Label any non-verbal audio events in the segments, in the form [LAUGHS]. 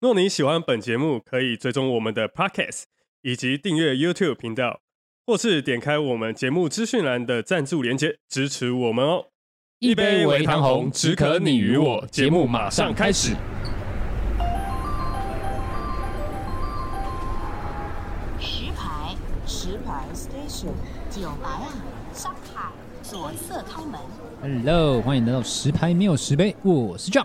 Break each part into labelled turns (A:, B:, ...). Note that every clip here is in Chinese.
A: 若你喜欢本节目，可以追踪我们的 Podcast 以及订阅 YouTube 频道，或是点开我们节目资讯栏的赞助连接支持我们哦。一杯为糖红，只可你与我。节目马上开始。
B: 石牌，石牌 station，九白啊，上海，左侧开门。
C: Hello，欢迎来到十排没有十杯，我是 John。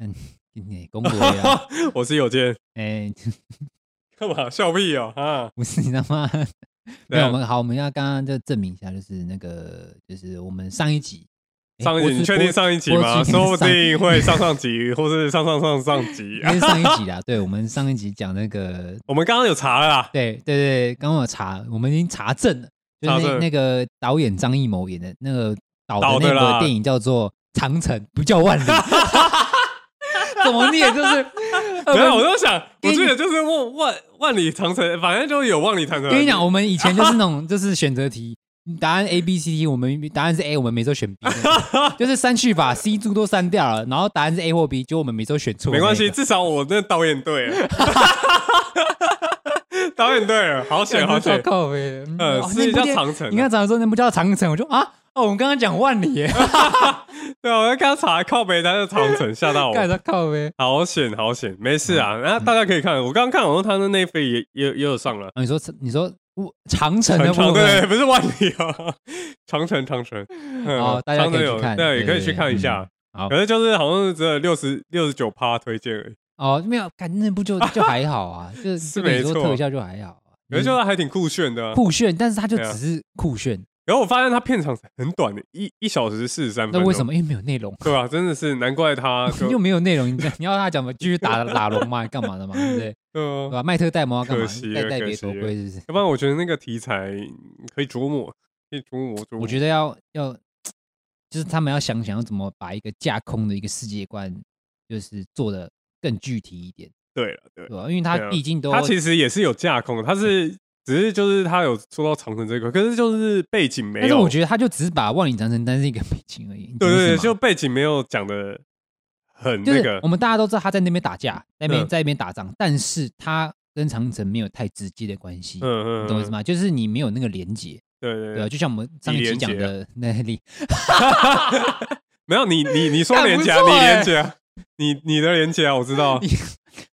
C: 嗯，你恭维
A: [LAUGHS]
C: 啊，
A: [LAUGHS] 我是有健，
C: 哎、
A: 干嘛笑屁哦？啊，
C: 不是你他妈，没
A: 对
C: 有
A: 啊
C: 我们好，我们要刚刚就证明一下，就是那个，就是我们上一集，哎
A: 上一
C: 播
A: 集
C: 出
A: 你确定上一集吗？
C: 播出
A: 说
C: 应该是
A: 不
C: 上
A: 定会上上集，或是上上上上集
C: 应。该是上一
A: [LAUGHS]
C: 集啦，对，我们上一集讲那个，
A: 我们刚刚有查了啦，
C: 对对对，刚刚有查，我们已经查证了，就
A: 查
C: 是那
A: 证
C: 那个导演张艺谋演的那个导
A: 导
C: 的
A: 的
C: 那
A: 啦
C: 部电影叫做《长城不叫
A: [LAUGHS]
C: 万里》， [LAUGHS] 怎么念就是，
A: 没有，我就想，我
C: 跟呃你
A: 记得就是万万万里长城，反正就是有万里长城。
C: 跟你讲，我们以前就是
A: [LAUGHS]
C: 那种就是选择题，答案 A B C D，我们答案是 A，我们每周选 B，那种就是删去法 C 猪都删掉了，然后答案是 A 或 B，就我们每周选错。
A: 没关系，，至少我那导演对了， [LAUGHS] 导演对了，好险好
C: 超
A: 险。
C: 靠背的。嗯
A: 呃
C: 哦
A: 是
C: 那部
A: 叫
C: 电
A: 长城啊
C: 你看长城说那不叫长城，我就啊哦，我们刚刚讲万里耶，
A: 哦
C: [LAUGHS]
A: 对啊，我刚查靠北单的长城，吓
C: [LAUGHS]
A: 到
C: 看
A: 我。
C: 着靠背。
A: 好险好险，没事啊。然后大家可以看，我刚刚看好像他的那飞也也也有上了。
C: 哦你说你说我长城的
A: 很
C: 部
A: 长对，
C: 分
A: 对不是万里哦，长城长城，
C: 哦
A: 嗯，
C: 大家
A: 长
C: 可
A: 城
C: 以
A: 有
C: 去看，
A: 对，也
C: 对
A: 可以去看一下。。
C: 嗯好
A: 可是就是好像是只有六十六十九趴推荐而已，
C: 哦，没有，看那部就就还好啊，
A: [LAUGHS]
C: 就是就跟你
A: 没
C: 说
A: 错
C: 特效就还好啊。
A: 可是就是还挺酷炫的啊。
C: 酷炫，但是它就
A: 对啊
C: 只是酷炫，
A: 然后我发现它片长很短的，一一小时四十三分
C: 那
A: 钟。
C: 为什？么？因为没有内容。
A: 对啊，真的是难怪他就
C: [LAUGHS] 又没有内容，你 [LAUGHS] 你要他讲嘛，继续打打龙嘛，干嘛的嘛，对不对？
A: 对
C: 对
A: 啊
C: 吧？卖特戴摩要干嘛
A: 可惜？了
C: 戴戴
A: 可
C: 别
A: 惜
C: 头
A: 了嗯
C: 盔是不是？
A: 要不然我觉得那个题材可以琢磨，可以琢磨琢磨。
C: 我觉得要要，就是他们要想想要怎么把一个架空的一个世界观，就是做的更具体一点，
A: 对了，对
C: 对，嗯吧？因为他
A: 对啊
C: 毕竟都
A: 他其实也是有架空的，他是只是就是他有说到长城这一块，可是就是背景没有。
C: 但是我觉得他就只是把万里长城当成一个背景而已。你懂
A: 对
C: 我意
A: 对
C: 思
A: 对，
C: 吗
A: 就背景没有讲的很
C: 就
A: 那
C: 是
A: 个
C: 我，们大家都知道他在那边打架，在那边
A: 嗯
C: 在那边打仗，但是他跟长城没有太直接的关系，你
A: 嗯嗯，
C: 懂我意思
A: 嗯？
C: 吗？就是你没有那个连接，
A: 对对
C: 对啊吧？就像我们上一
A: 李
C: 集
A: 连
C: 讲
A: 杰啊
C: 的那里，
A: 没有你你你说
C: 干
A: 连
C: 不
A: 接啊，
C: 错
A: 你
C: 欸
A: 连接啊，你你的连接啊，我知道
C: [LAUGHS] 你，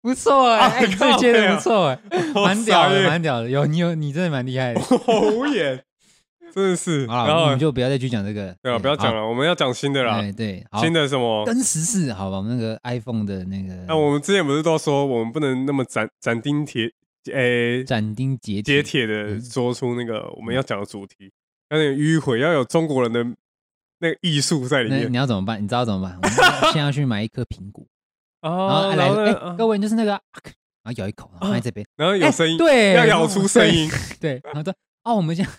C: 不错哎、
A: 啊
C: 哎你这
A: 靠
C: 接
A: 背
C: 的
A: 啊
C: 不错哎、
A: 我
C: 蛮屌
A: 傻
C: 的，
A: 眼
C: 蛮屌的。有你有你真的蛮厉
A: [LAUGHS]
C: 害的。
A: 我无言，真的是。
C: 好
A: 然
C: 了，我
A: 后
C: 们就不要再去讲这个，
A: 对啊，不要讲
C: 了，
A: 了，我们要讲新的啦，
C: 对对，好，
A: 新的什么？
C: 跟时事，好吧，我们那个 iPhone 的那
A: 那
C: 个
A: 我们之前不是都说我们不能那么斩斩钉截诶
C: 斩钉截
A: 截
C: 铁，
A: 铁的
C: 嗯
A: 说出那个我们要讲的主题，要有迂回，要有中国人的那个艺术在里
C: 那
A: 面
C: 你要怎么办？你知道怎么办？我们现在要去买一颗
A: [LAUGHS]
C: 苹果，然后
A: 啊
C: 来
A: 呢
C: 了，哎，
A: 啊
C: 各位就是那个，啊咔然后咬一口，然后放在这边，
A: 然后 [LAUGHS] 有
C: 哎
A: 声音，
C: 对，
A: 要咬出声音，
C: 对，对，然后说，哦，我们现在，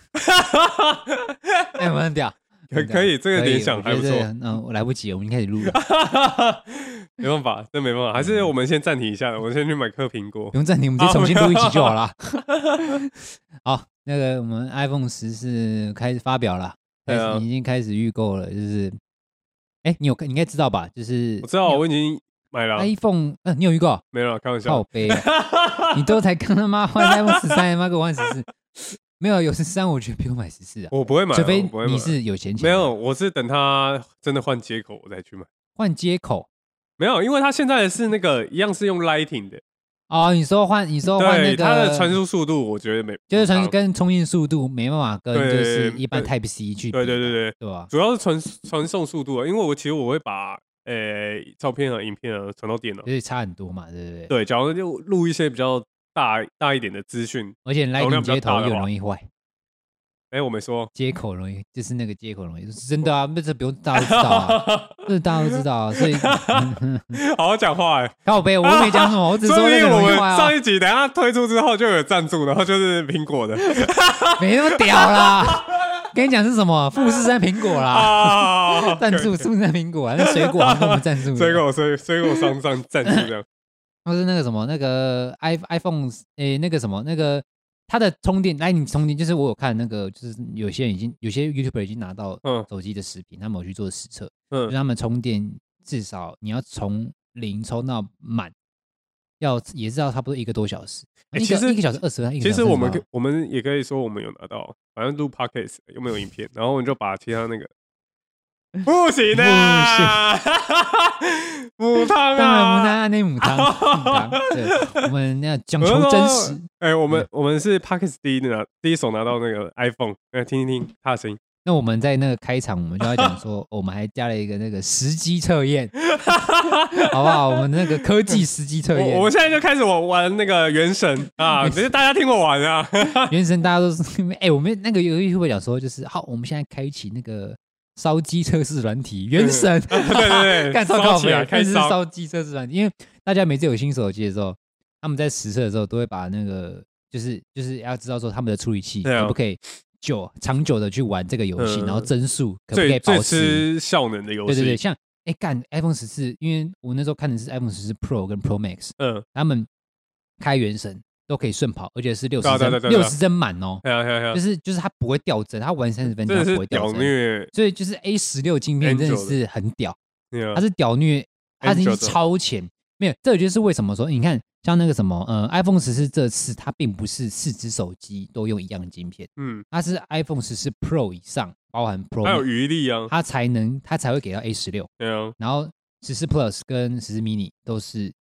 C: 哎，我们很屌，
A: [LAUGHS] 可
C: 很屌
A: 可以这个联想
C: 我觉得
A: 还不
C: 这个
A: 错
C: 很嗯，我来不及了，我们已经开始录
A: [LAUGHS]
C: 了，
A: 没办法，真没办法，还是我们先暂停一下，我们先去买颗苹果
C: 不。用暂停，我们直接重新录一集就
A: [LAUGHS]
C: 好了。好，那个我们 iPhone 十是开始发表了，开
A: 对啊
C: 始已经开始预购了，就是，哎，你有你应该知道吧？就是
A: 我知道，
C: 你有
A: 我已经买了，
C: iPhone，嗯，你有预购？
A: 没了，开玩
C: 靠
A: 笑。
C: 背哦，你都才刚他妈换 iPhone 十三，他妈给我换十四， [LAUGHS] 没有有十三，我觉得不用买十四啊，
A: 我不会买啊，
C: 除非
A: 我不会买
C: 你是有闲钱，
A: 没有，我是等它真的换接口我再去买。
C: 换接口
A: 没有，因为它现在是那个一样是用 Lighting 的，
C: 哦，你说换，你说换那
A: 对
C: 个
A: 它的传输速度，我觉得没
C: 就是传
A: 不
C: 输
A: 差
C: 跟充电速度没办法跟
A: 对
C: 就是一般
A: 对
C: Type C 去比
A: 对对
C: 嘛
A: 对对，
C: 对吧？
A: 主要是传传送速度啊，因为我其实我会把呃照片啊、影片啊传到电脑
C: 就，是差很多嘛，对不对？
A: 对，假如就录一些比较大大一点的资讯，
C: 而且来
A: 容量比
C: 顶
A: 较
C: 接
A: 大
C: 头
A: 的 [LAUGHS]
C: 又
A: 话
C: 容易坏，
A: 哎，我没
C: [LAUGHS]
A: 说，
C: 接口容易，就是那个接口容易，是真的啊，那这不用大家都知
A: [LAUGHS]
C: 道啊，这大家都知道啊，所以
A: 好好讲话哎。
C: 靠背我又没讲什
A: [LAUGHS]
C: 么，我只说
A: 说
C: 那
A: 明
C: 个
A: 我
C: 容易
A: 们
C: 坏啊
A: 上，一集等一下推出之后就有赞助，然后就是苹果
C: [LAUGHS]
A: 的
C: 没那么屌啦。跟你讲是什么？富士山苹果啦，
A: [LAUGHS] 啊，
C: 赞助富士山苹果啊，那水果啊，跟我们赞助的，
A: 水果水水果商上赞助
C: [LAUGHS]
A: 这样。
C: 或是那个什么那个 i iPhone 诶、那个什么那个它的充电，来你充电就是我有看那个，就是有些人已经有些 YouTuber 已经拿到
A: 嗯
C: 手机的视频，他们有去做实测，就是
A: 嗯，
C: 他们充电至少你要从零充到满，要也是要差不多一个多小时，
A: 欸
C: 一
A: 其
C: 个
A: 实
C: 一个小时二十，一个
A: 其
C: 小时
A: 实我们
C: 是吧
A: 可我们也可以说我们有拿到，反正录 podcast 又没有影片，然后我们就把其他
C: [LAUGHS]
A: 那个。不行啊！ [LAUGHS] 母汤啊！
C: 当然我们那那母汤母汤，
A: [LAUGHS]
C: 对，我们要讲
A: 我
C: 求
A: 就说
C: 真实。。
A: 哎、我
C: 嗯
A: 们我们是 Parkes 第一拿第一手拿到那个 iPhone，哎、听听听他的声音。
C: 那我们在那个开场，我们就要讲
A: [LAUGHS]
C: 说，哦我们还加了一个那个时机测验，好不好？我们那个科技时机测验
A: [LAUGHS] 我，我现在就开始我玩那个原神
C: [LAUGHS]
A: 啊，只是大家听我玩啊。 [LAUGHS]
C: 原神大家都是，哎、我们那个有一会讲说，就是好，我们现在开启那个烧鸡测试软体，原神，
A: [LAUGHS] 对对对
C: [LAUGHS] 干烧
A: 烧
C: 烤
A: 起来
C: 没
A: 开
C: 但是
A: 烧
C: 烧鸡测试软体，因为大家每次有新手机的时候，他们在实测的时候都会把那个，就是就是要知道说他们的处理器
A: 对啊
C: 可不可以久长久的去玩这个游戏，
A: 嗯
C: 然后帧数可不可
A: 最
C: 以保
A: 最
C: 持？
A: 吃效能的游
C: 对
A: 戏，
C: 对对，像哎干 iPhone 十四，因为我那时候看的是 iPhone 十四 Pro 跟 Pro Max，
A: 嗯，
C: 他们开原神都可以顺跑，而且是六十
A: 对啊对啊
C: 帧
A: 对啊对
C: 六
A: 啊
C: 十帧满哦，
A: 哎呀哎呀哎呀
C: 就，是就是它不会掉帧，它玩三十分钟
A: 真的
C: 它不
A: 是
C: 会
A: 屌
C: 掉帧，
A: 虐，
C: 所以就是 A 十六镜片
A: Angel
C: 真的
A: 的
C: 是很屌，
A: 对啊
C: 它是屌虐，它已经
A: Angel
C: 是
A: 的
C: 超前。没有，这也就是为什么说你看像那个什么，呃，iPhone 十四这次它并不是四只手机都用一样的晶片，
A: 嗯，
C: 它是 iPhone 十四 Pro 以上包含
A: 还有
C: Pro，
A: 余力啊，
C: 它才能它才会给到 A 十六，
A: 对啊
C: 然后十四 Plus 跟十四 mini 都是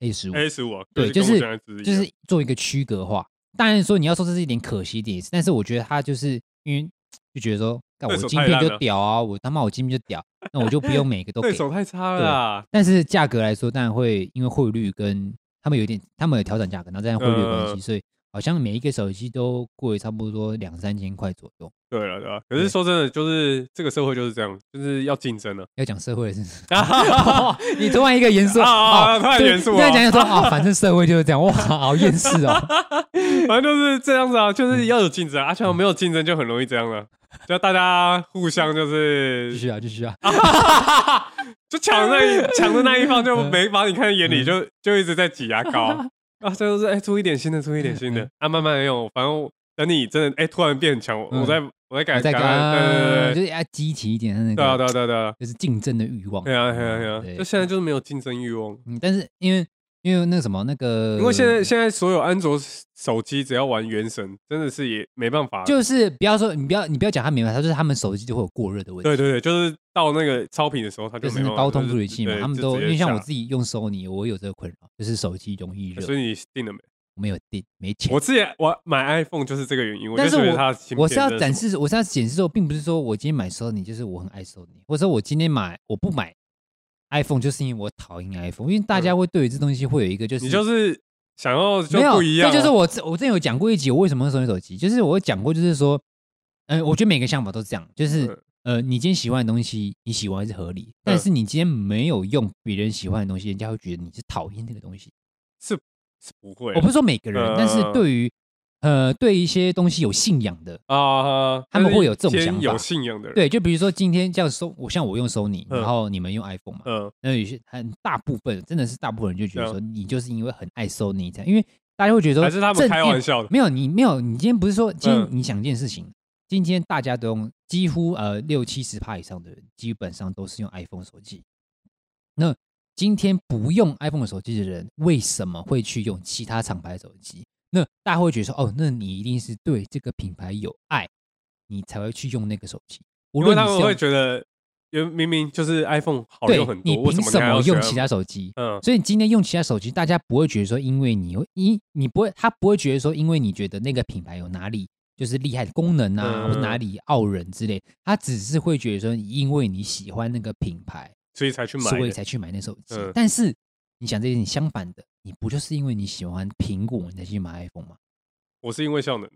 C: A 十五，
A: ，A 十五啊，
C: 对
A: 跟
C: 就
A: 我
C: 是
A: 现在之一啊
C: 就是做一个区隔化。当然说你要说这是一点可惜点，但是我觉得他就是因为就觉得说，干我
A: 对手
C: 晶
A: 太
C: 片
A: 烂
C: 就
A: 了
C: 屌啊，我他妈我晶片就屌，那我就不用每个都给
A: 对。手太差
C: 对
A: 了啊，
C: 但是价格来说，当然会因为汇率跟他们有点，他们有调整价格，然后再加上汇率的关系，
A: 嗯
C: 所以好像每一个手机都贵差不多两三千块左右。
A: 对啊了对吧？可
C: 对
A: 是说真的，就是这个社会就是这样，就是要竞争了。
C: 要讲社会是不是， [LAUGHS] 你突然一个严肃
A: 啊啊啊
C: 哦
A: 突然
C: 对
A: 严肃
C: 这样
A: 哦
C: 讲
A: [LAUGHS]
C: 就说啊，反正社会就是这样，哇，好厌世哦。
A: [LAUGHS]
C: [LAUGHS]
A: 反正就是这样子啊，就是要有竞争啊，而且没有竞争就很容易这样了， [LAUGHS] 就大家互相就
C: 继
A: 是
C: 续啊，
A: [LAUGHS]
C: 继续啊，
A: 就抢那一
C: [LAUGHS]
A: 抢的那一方就没把你看在眼里，
C: 嗯
A: 就就一直在挤牙
C: [LAUGHS]
A: 膏啊，就是哎出一点新的，出一点
C: 嗯
A: 新的啊，慢慢地用，反正我等你真的哎突然变强，我
C: 嗯
A: 我再我再改
C: 再
A: 改，
C: 跟
A: 对对对
C: 就是要积极一点，那个
A: 对啊对啊对啊对啊
C: 就是竞争的欲望。嗯
A: 对啊对啊对啊对
C: 对
A: 啊，就现在就是没有竞争欲望。
C: 嗯，但是因为因为那个什么那个，
A: 因为现在现在所有安卓手机只要玩原神，真的是也没办法。
C: 就是不要说你不要你不要讲他明白，他就是他们手机就会有过热的问题。
A: 对对对，就是到那个超频的时候，它
C: 就
A: 就是没
C: 那
A: 办法
C: 高通
A: 就
C: 处
A: 是
C: 理器嘛，
A: 对
C: 他们
A: 就
C: 都
A: 直
C: 因
A: 接
C: 为像
A: 下
C: 我自己用 Sony，我有这个困扰，就是手机容易热
A: 所，以你定了没？
C: 我没有电，没钱。
A: 我自己我买 iPhone 就是这个原因，我就
C: 但是
A: 觉得
C: 我
A: 它的芯片
C: 我是要
A: 真的
C: 展示，我是要显示说，并不是说我今天买 Sony 就是我很爱 Sony，或者说我今天买我不买 iPhone 就是因为我讨厌 iPhone，因为大家会对于这东西会有一个就是
A: 嗯你就是想要就
C: 没有
A: 不一样啊，
C: 这就是我之我之前有讲过一集，我为什么会手手机，就是我有讲过，就是说，呃，我觉得每个想法都是这样，就是、
A: 嗯
C: 呃，你今天喜欢的东西，你喜欢是合理，但是你今天没有用别人喜欢的东西，人家会觉得你是讨厌这个东西。
A: 是不会啊，
C: 我不是说每个人，
A: 嗯
C: 但是对于呃对一些东西有信仰的，
A: 啊，
C: 他
A: 但
C: 们
A: 是
C: 会有这种
A: 偏
C: 想法
A: 有信仰的人，
C: 对，就比如说今天像收我像我用 Sony，
A: 嗯
C: 然后你们用 iPhone 嘛，
A: 嗯，
C: 那有些很大部分真的是大部分人就觉得
A: 对啊
C: 说你就是因为很爱 Sony 这样，因为大家会觉得说
A: 还是他
C: 正
A: 们开
C: 面
A: 玩笑的， [LAUGHS]
C: 没有，你没有，你今天不是说今天
A: 嗯
C: 你想一件事情，今天大家都用几乎呃六七十趴以上的人，基本上都是用 iPhone 手机。那今天不用 iPhone 手机的人，为什么会去用其他厂牌手机？那大家会觉得说，哦，那你一定是对这个品牌有爱，你才会去用那个手机。无
A: 因为
C: 论
A: 他
C: 你是
A: 们会
C: 用
A: 觉得，因为明明就是 iPhone 好
C: 对
A: 用很，
C: 你
A: 多，为
C: 凭
A: 么
C: 什
A: 你还要
C: 么用
A: 选
C: 其他手机？
A: 嗯
C: 所以你今天用其他手机，大家不会觉得说，因为你有你你不会，他不会觉得说，因为你觉得那个品牌有哪里就是厉害的功能啊，
A: 嗯
C: 或者哪里傲人之类，他只是会觉得说，因为你喜欢那个品牌，
A: 所以才去买
C: 所以
A: 的？
C: 才去买那手机
A: 嗯。
C: 但是你想这件事情相反的，你不就是因为你喜欢苹果，你才去买 iPhone 吗？
A: 我是因为效能，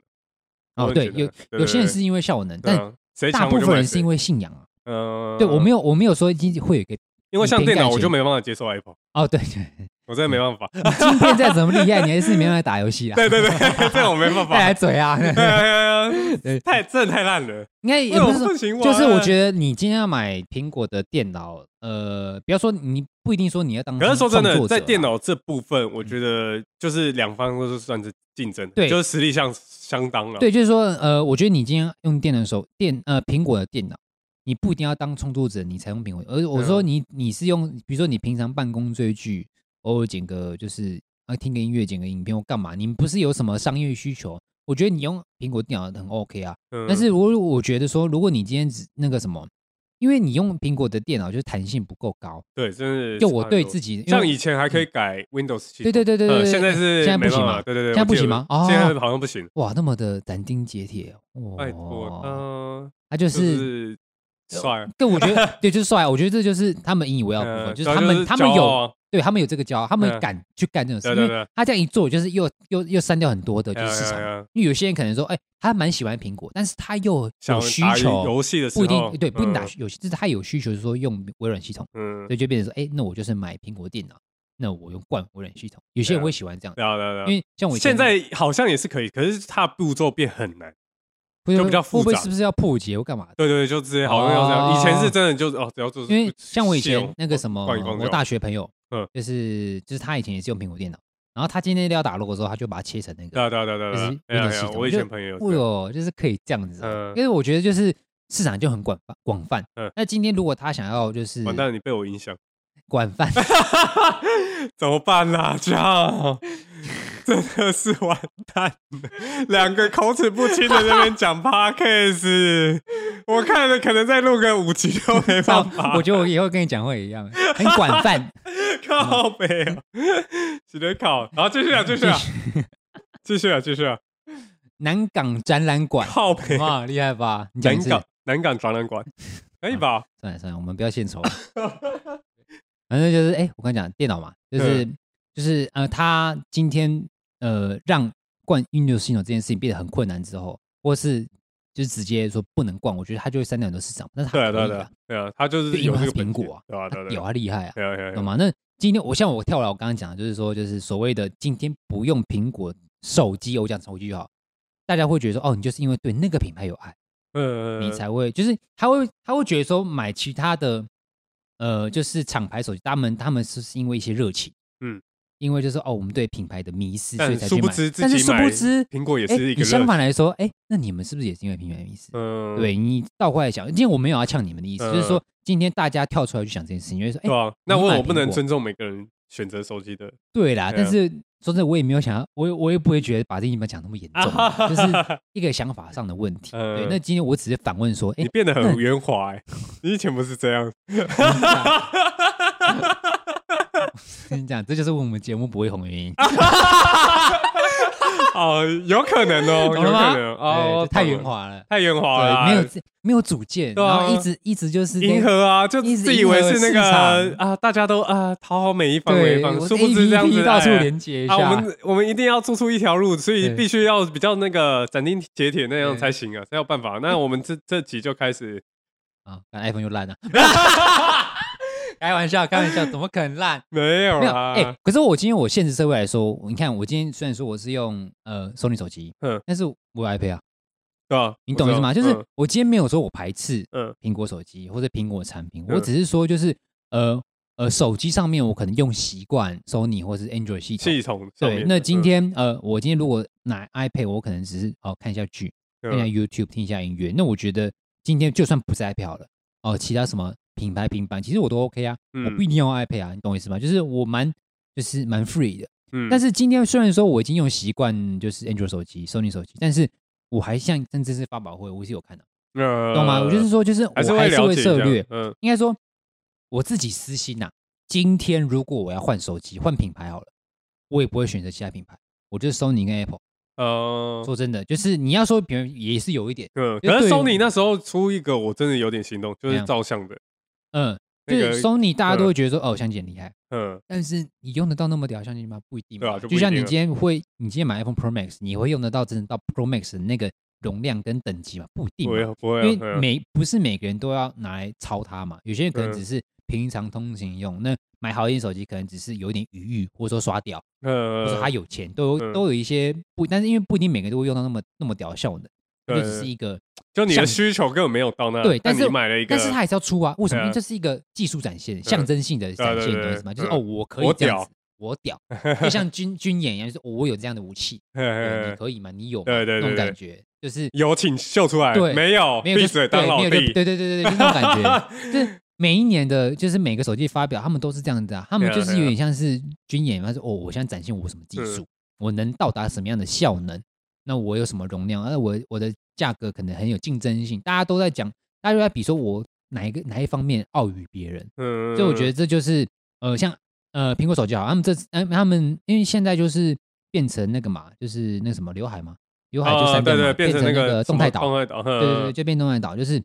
C: 哦，
A: 我也
C: 对，
A: 觉得
C: 有有些人是因为效能，但
A: 谁
C: 大
A: 抢
C: 部
A: 啊我就
C: 分
A: 买
C: 人是
A: 谁
C: 因为信仰啊。
A: 嗯，
C: 对我没有，我没有说一定会有一个
A: 因为像
C: 你偏
A: 电脑
C: 概
A: 我就
C: 全
A: 没办法接受 Apple，
C: 哦，对对， [LAUGHS] 对
A: 我真的没办法。
C: 今天再怎么厉害，你还是没办法打游
A: [LAUGHS]
C: 戏啊，
A: 对对对，这我没
C: [LAUGHS]
A: 办
C: 带
A: 法。
C: 来嘴
A: [LAUGHS]
C: 啊。
A: 对啊对啊对
C: 对
A: 啊太真的太烂了，
C: 应该也
A: 为
C: 不
A: 我
C: 是说
A: 不行玩。
C: 就是我觉得你今天要买苹果的电脑，呃，不要说你不一定说你要当，
A: 可是说真的，在电
C: 脑，
A: 脑这部分，我觉得就是两方都是算是竞争的，
C: 嗯对
A: 就是实力相相当了。
C: 对，就是说，呃，我觉得你今天用电脑的时候，电呃苹果的电脑，你不一定要当创作者你才用苹果，而我说
A: 嗯
C: 你你是用，比如说你平常办公追剧，偶尔剪个就是啊听个音乐，剪个影片或干嘛，你不是有什么商业需求？我觉得你用苹果电脑很 OK 啊，
A: 嗯，
C: 但是我我觉得说，如果你今天只那个什么，因为你用苹果的电脑就是弹性不够高，
A: 对，真的
C: 就我对自
A: 己，
C: 己因
A: 像
C: 为嗯
A: 以前还可以改 Windows 系统，
C: 对对对对
A: 呃
C: 对，
A: 现在是
C: 现在
A: 没
C: 不行
A: 办
C: 嘛
A: 法，？对对对，
C: 现在
A: 我
C: 不
A: 记
C: 行
A: 得
C: 吗？哦，
A: 现在好像不行，
C: 哇，那么的斩钉截铁哦，
A: 拜托，嗯，
C: 他哦
A: 就
C: 就。
A: 是是帅啊，
C: 跟我觉
A: [LAUGHS]
C: 得对，就是帅。我觉得这就是他们引以为傲的部
A: 嗯
C: 分，就
A: 主要
C: 是他们他们
A: 骄傲
C: 有
A: 啊
C: 对他们有这个骄傲，他们
A: 嗯
C: 敢去干这种事。
A: 对
C: 因
A: 对
C: 为
A: 对
C: 他这样一做，就是又又又删掉很多的就
A: 哎呀
C: 是市
A: 哎
C: 场
A: 呀哎。呀
C: 因为有些人可能说，哎，他蛮喜欢苹果，但是他又
A: 想
C: 有需
A: 打
C: 求，
A: 游戏的时
C: 不
A: 候
C: 一定对，不一定打
A: 嗯
C: 需有，就是他有需求说用微软系统。
A: 嗯，
C: 所以就变成说，哎、那我就是买苹果电脑，那我用惯微软系统。有些人会喜欢这样，
A: 对啊对啊对啊，
C: 因为像我以
A: 现
C: 前
A: 在好像也是可以，可是它步骤变很难。
C: 不是
A: 就比较
C: 会不会
A: 复杂
C: 是不是要破解或干嘛的？
A: 对对，对就之前好像要这样，
C: 哦
A: 以前是真的就是哦，只要做，
C: 因为像我以
A: 信用哦
C: 前那个什么，
A: 逛一逛就
C: 我
A: 好
C: 大学朋友，
A: 嗯
C: 就是就是他以前也是用苹果电脑，然后他今天要打 logo 的时候，他就把它切成那
A: 对
C: 个，
A: 啊对啊对啊对啊
C: 就
A: 对
C: 是
A: 啊，哎呀
C: Windows
A: 哎
C: 系
A: 呀，
C: 统
A: 我以
C: 就
A: 前朋友也
C: 哎
A: 是
C: 呦，就是可以这样子啊，
A: 嗯
C: 因为我觉得就是市场就很广泛广泛
A: 嗯。
C: 那今天如果他想要就是
A: 完蛋了，你被我影响，
C: [LAUGHS]
A: [LAUGHS]
C: 广泛，
A: 怎么办啦？这样真的是完蛋了，两个口齿不清的在那边讲
C: [LAUGHS]
A: podcast，我看了可能再录个五集都没办法，
C: 我觉得我以后跟你讲会一样，很广
A: [LAUGHS]
C: 泛。
A: 靠
C: 嗯
A: 背啊，只能考，好，继续啊，继续啊，继续啊，继续啊，
C: 南港展览
A: [LAUGHS]
C: 馆，
A: 靠背，
C: 哇，厉害吧？你讲一
A: 南
C: 次。
A: 港南港展览馆，可以吧？
C: 算了算了，我们不要献丑。 [LAUGHS] 反正就是，哎、我跟你讲，电脑嘛，
A: 嗯
C: 就是、就是呃，它今天呃让灌 Windows 系统这件事情变得很困难之后，或是就是直接说不能灌，我觉得它就会删掉很多市场。但是它
A: 对啊，对啊，
C: 可以
A: 对
C: 的
A: 啊，对啊，他就是
C: 就因
A: 有
C: 为它
A: 这
C: 是
A: 个本
C: 苹
A: 钱
C: 果啊，
A: 对啊，对啊，
C: 它
A: 对
C: 屌
A: 啊，
C: 啊厉害啊，
A: 对啊，对啊，对
C: 懂
A: 啊
C: 吗？那今天我像我跳了，我刚刚讲的就是说，就是所谓的今天不用苹果手机，我讲手机就好，大家会觉得说，哦，你就是因为对那个品牌有爱。
A: 呃，
C: 你才会，就是他会他会觉得说买其他的，呃，就是厂牌手机，他们他们是是因为一些热情，
A: 嗯，
C: 因为就是哦，我们对品牌的迷失，所以
A: 但
C: 才
A: 殊
C: 去
A: 不
C: 买
A: 知。自
C: 但是
A: 己
C: 殊
A: 买
C: 不知，
A: 苹果也
C: 哎
A: 是一个
C: 你相
A: 乐
C: 反来说，哎，那你们是不是也是因为品牌迷失？
A: 嗯，
C: 对哎你倒过来想，今天我没有要呛你们的意思，就是
A: 嗯
C: 说今天大家跳出来去想这件事情，因为说，
A: 对
C: 哎，
A: 啊，那
C: 你
A: 问
C: 买
A: 我不
C: 苹
A: 能
C: 果哎
A: 尊重每个人选择手机的
C: 对啦，
A: 对
C: 但
A: 啊
C: 是说真的，我也没有想要，我也我也不会觉得把这你们讲那么严
A: [LAUGHS]
C: 重啊，就是一个想法上的问题。对，
A: 嗯
C: 那今天我只是反问说，哎
A: 你，变得
C: 那
A: 很圆滑、欸，你以前不是这样。
C: 跟你讲，这 [LAUGHS] 就是我们节目不会红的原因。
A: 啊哦，有可能哦，有
C: [LAUGHS] 懂
A: 可
C: 了吗？
A: 能
C: 对
A: 哦
C: 就，太
A: 懂了
C: 圆，滑了，
A: 太圆滑了啊，
C: 对，没有自没有主见，
A: 对啊
C: 然后一直一直就是
A: 迎合啊，就
C: 一直
A: 自以
C: 迎合
A: 为是那
C: 市
A: 个啊，大家都啊讨好每一方每
C: 对
A: 一，方，
C: 我
A: 殊不知
C: APP
A: 这样子
C: 到处
A: 哎
C: 连接一
A: 啊，我
C: 下，
A: 们我们一定要做出一条路，所以
C: 对
A: 必须要比较那个斩钉截铁那样
C: 对
A: 才行啊，才有办法。那我们这这集就开始，
C: 啊，但 iPhone 又烂了， [LAUGHS] 开玩笑，开玩笑，怎么可能烂？
A: 没有
C: 没有，
A: 啦，
C: 哎，可是我今天我现实社会来说，你看我今天虽然说我是用呃 Sony 手机，
A: 嗯
C: 但是我有 iPad 啊，
A: 对吧？
C: 你懂意思吗？
A: 我知
C: 就
A: 道
C: 是我今天没有说我排斥
A: 嗯嗯
C: 苹果手机或者苹果产品，我
A: 嗯
C: 只是说就是呃呃手机上面我可能用习惯 Sony 或是 Android 系统，
A: 系统上
C: 对，
A: 面
C: 那
A: 的
C: 今天、呃，我今天如果拿 iPad，我可能只是哦看一下剧，
A: 嗯
C: 看一下 YouTube，听一下音乐。那我觉得今天就算不是 iPad 好了，哦，其他什么品牌平板，其实我都 OK 啊，我
A: 嗯
C: 不一定要用 iPad 啊，你懂我意思吗？就是我蛮就是蛮 free 的。
A: 嗯，
C: 但
A: 是
C: 是今天虽然说我已经用习惯就是 Android 手机、Sony 手机，但是我还像甚至是发表会，我是有看的，懂
A: 懂
C: 吗？我就是说，就是
A: 呃还是
C: 我还是
A: 了
C: 会
A: 解这
C: 涉
A: 样
C: 略，
A: 嗯
C: 应该说我自己私心呐、今天如果我要换手机、换品牌好了，我也不会选择其他品牌，我就是 Sony 跟 Apple。
A: 呃
C: 说真的，就是你要说别人也是有一点，
A: 嗯，
C: 因为
A: 可是
C: 对
A: Sony 那时候出一个，我真的有点心动，就
C: 怎
A: 是
C: 样
A: 照相的，
C: 嗯，就
A: 那个
C: 是 Sony 大家
A: 嗯
C: 都会觉得说哦，相机很厉害，
A: 嗯
C: 但是你用得到那么屌的相机吗？不一定嘛。
A: 对啊就不一定
C: 像你
A: 了
C: 今天会，你今天买 iPhone Pro Max，你会用得到真的到 Pro Max 的那个容量跟等级嘛，不一定
A: 不
C: 嘛
A: 会不会啊，
C: 因
A: 对
C: 为
A: 啊
C: 每不是每个人都要拿来操它嘛，有些人可能
A: 嗯
C: 只是平常通勤用，那买好一点手机可能只是有一点余裕，或者说刷掉，或者说
A: 呃
C: 他有钱，都
A: 嗯
C: 有都有一些不，但是因为不一定每个都会用到那么那么屌效能，它就只是
A: 对
C: 一个，
A: 就你的
C: 像
A: 需求根本没有到那，
C: 对但
A: 你
C: 是
A: 买了一个，
C: 但是它还是要出啊，为什
A: 对
C: 么？
A: 啊
C: 因为这是一个技术展现，象征性的展
A: 对
C: 现，你
A: 对
C: 懂意思吗？
A: 对
C: 就是
A: 嗯
C: 哦，我可以
A: 我
C: 这样
A: 屌
C: 子，我屌，就像军军演一样，就是哦我有这样的
A: [LAUGHS]
C: 武器，
A: 嘿嘿
C: 对你
A: 嘿
C: 可以吗？你有吗
A: 嗯对对
C: 那种
A: 对
C: 感
A: 对
C: 觉，就是
A: 有请秀出来，
C: 对
A: 没有，
C: 没有
A: 哦闭
C: 就是
A: 嘴当
C: 对
A: 老
C: 没有就
A: 弟，
C: 对对对对对，就那种
A: [LAUGHS]
C: 感觉，就是每一年的，就是每个手机发表，他们都是这样子啊，他们
A: 对啊
C: 就是
A: 对啊
C: 有点像是军演，他说哦，我现在展现我什么技术，我能到达什么样的效能，那我有什么容量，那我我的价格可能很有竞争性，大家都在讲，大家都在比说我哪一个哪一方面傲于别人，
A: 嗯，
C: 所以我觉得这就是呃，像呃苹果手机好，他们这次呃他们因为现在就是变成那个嘛，就是那个什么刘海嘛，刘海就
A: 啊，
C: 三
A: 对
C: 变嘛，
A: 对，变
C: 成
A: 那
C: 个
A: 什
C: 动
A: 么
C: 态岛，啊
A: 动态岛，嗯对
C: 对对对，就变动态岛，就是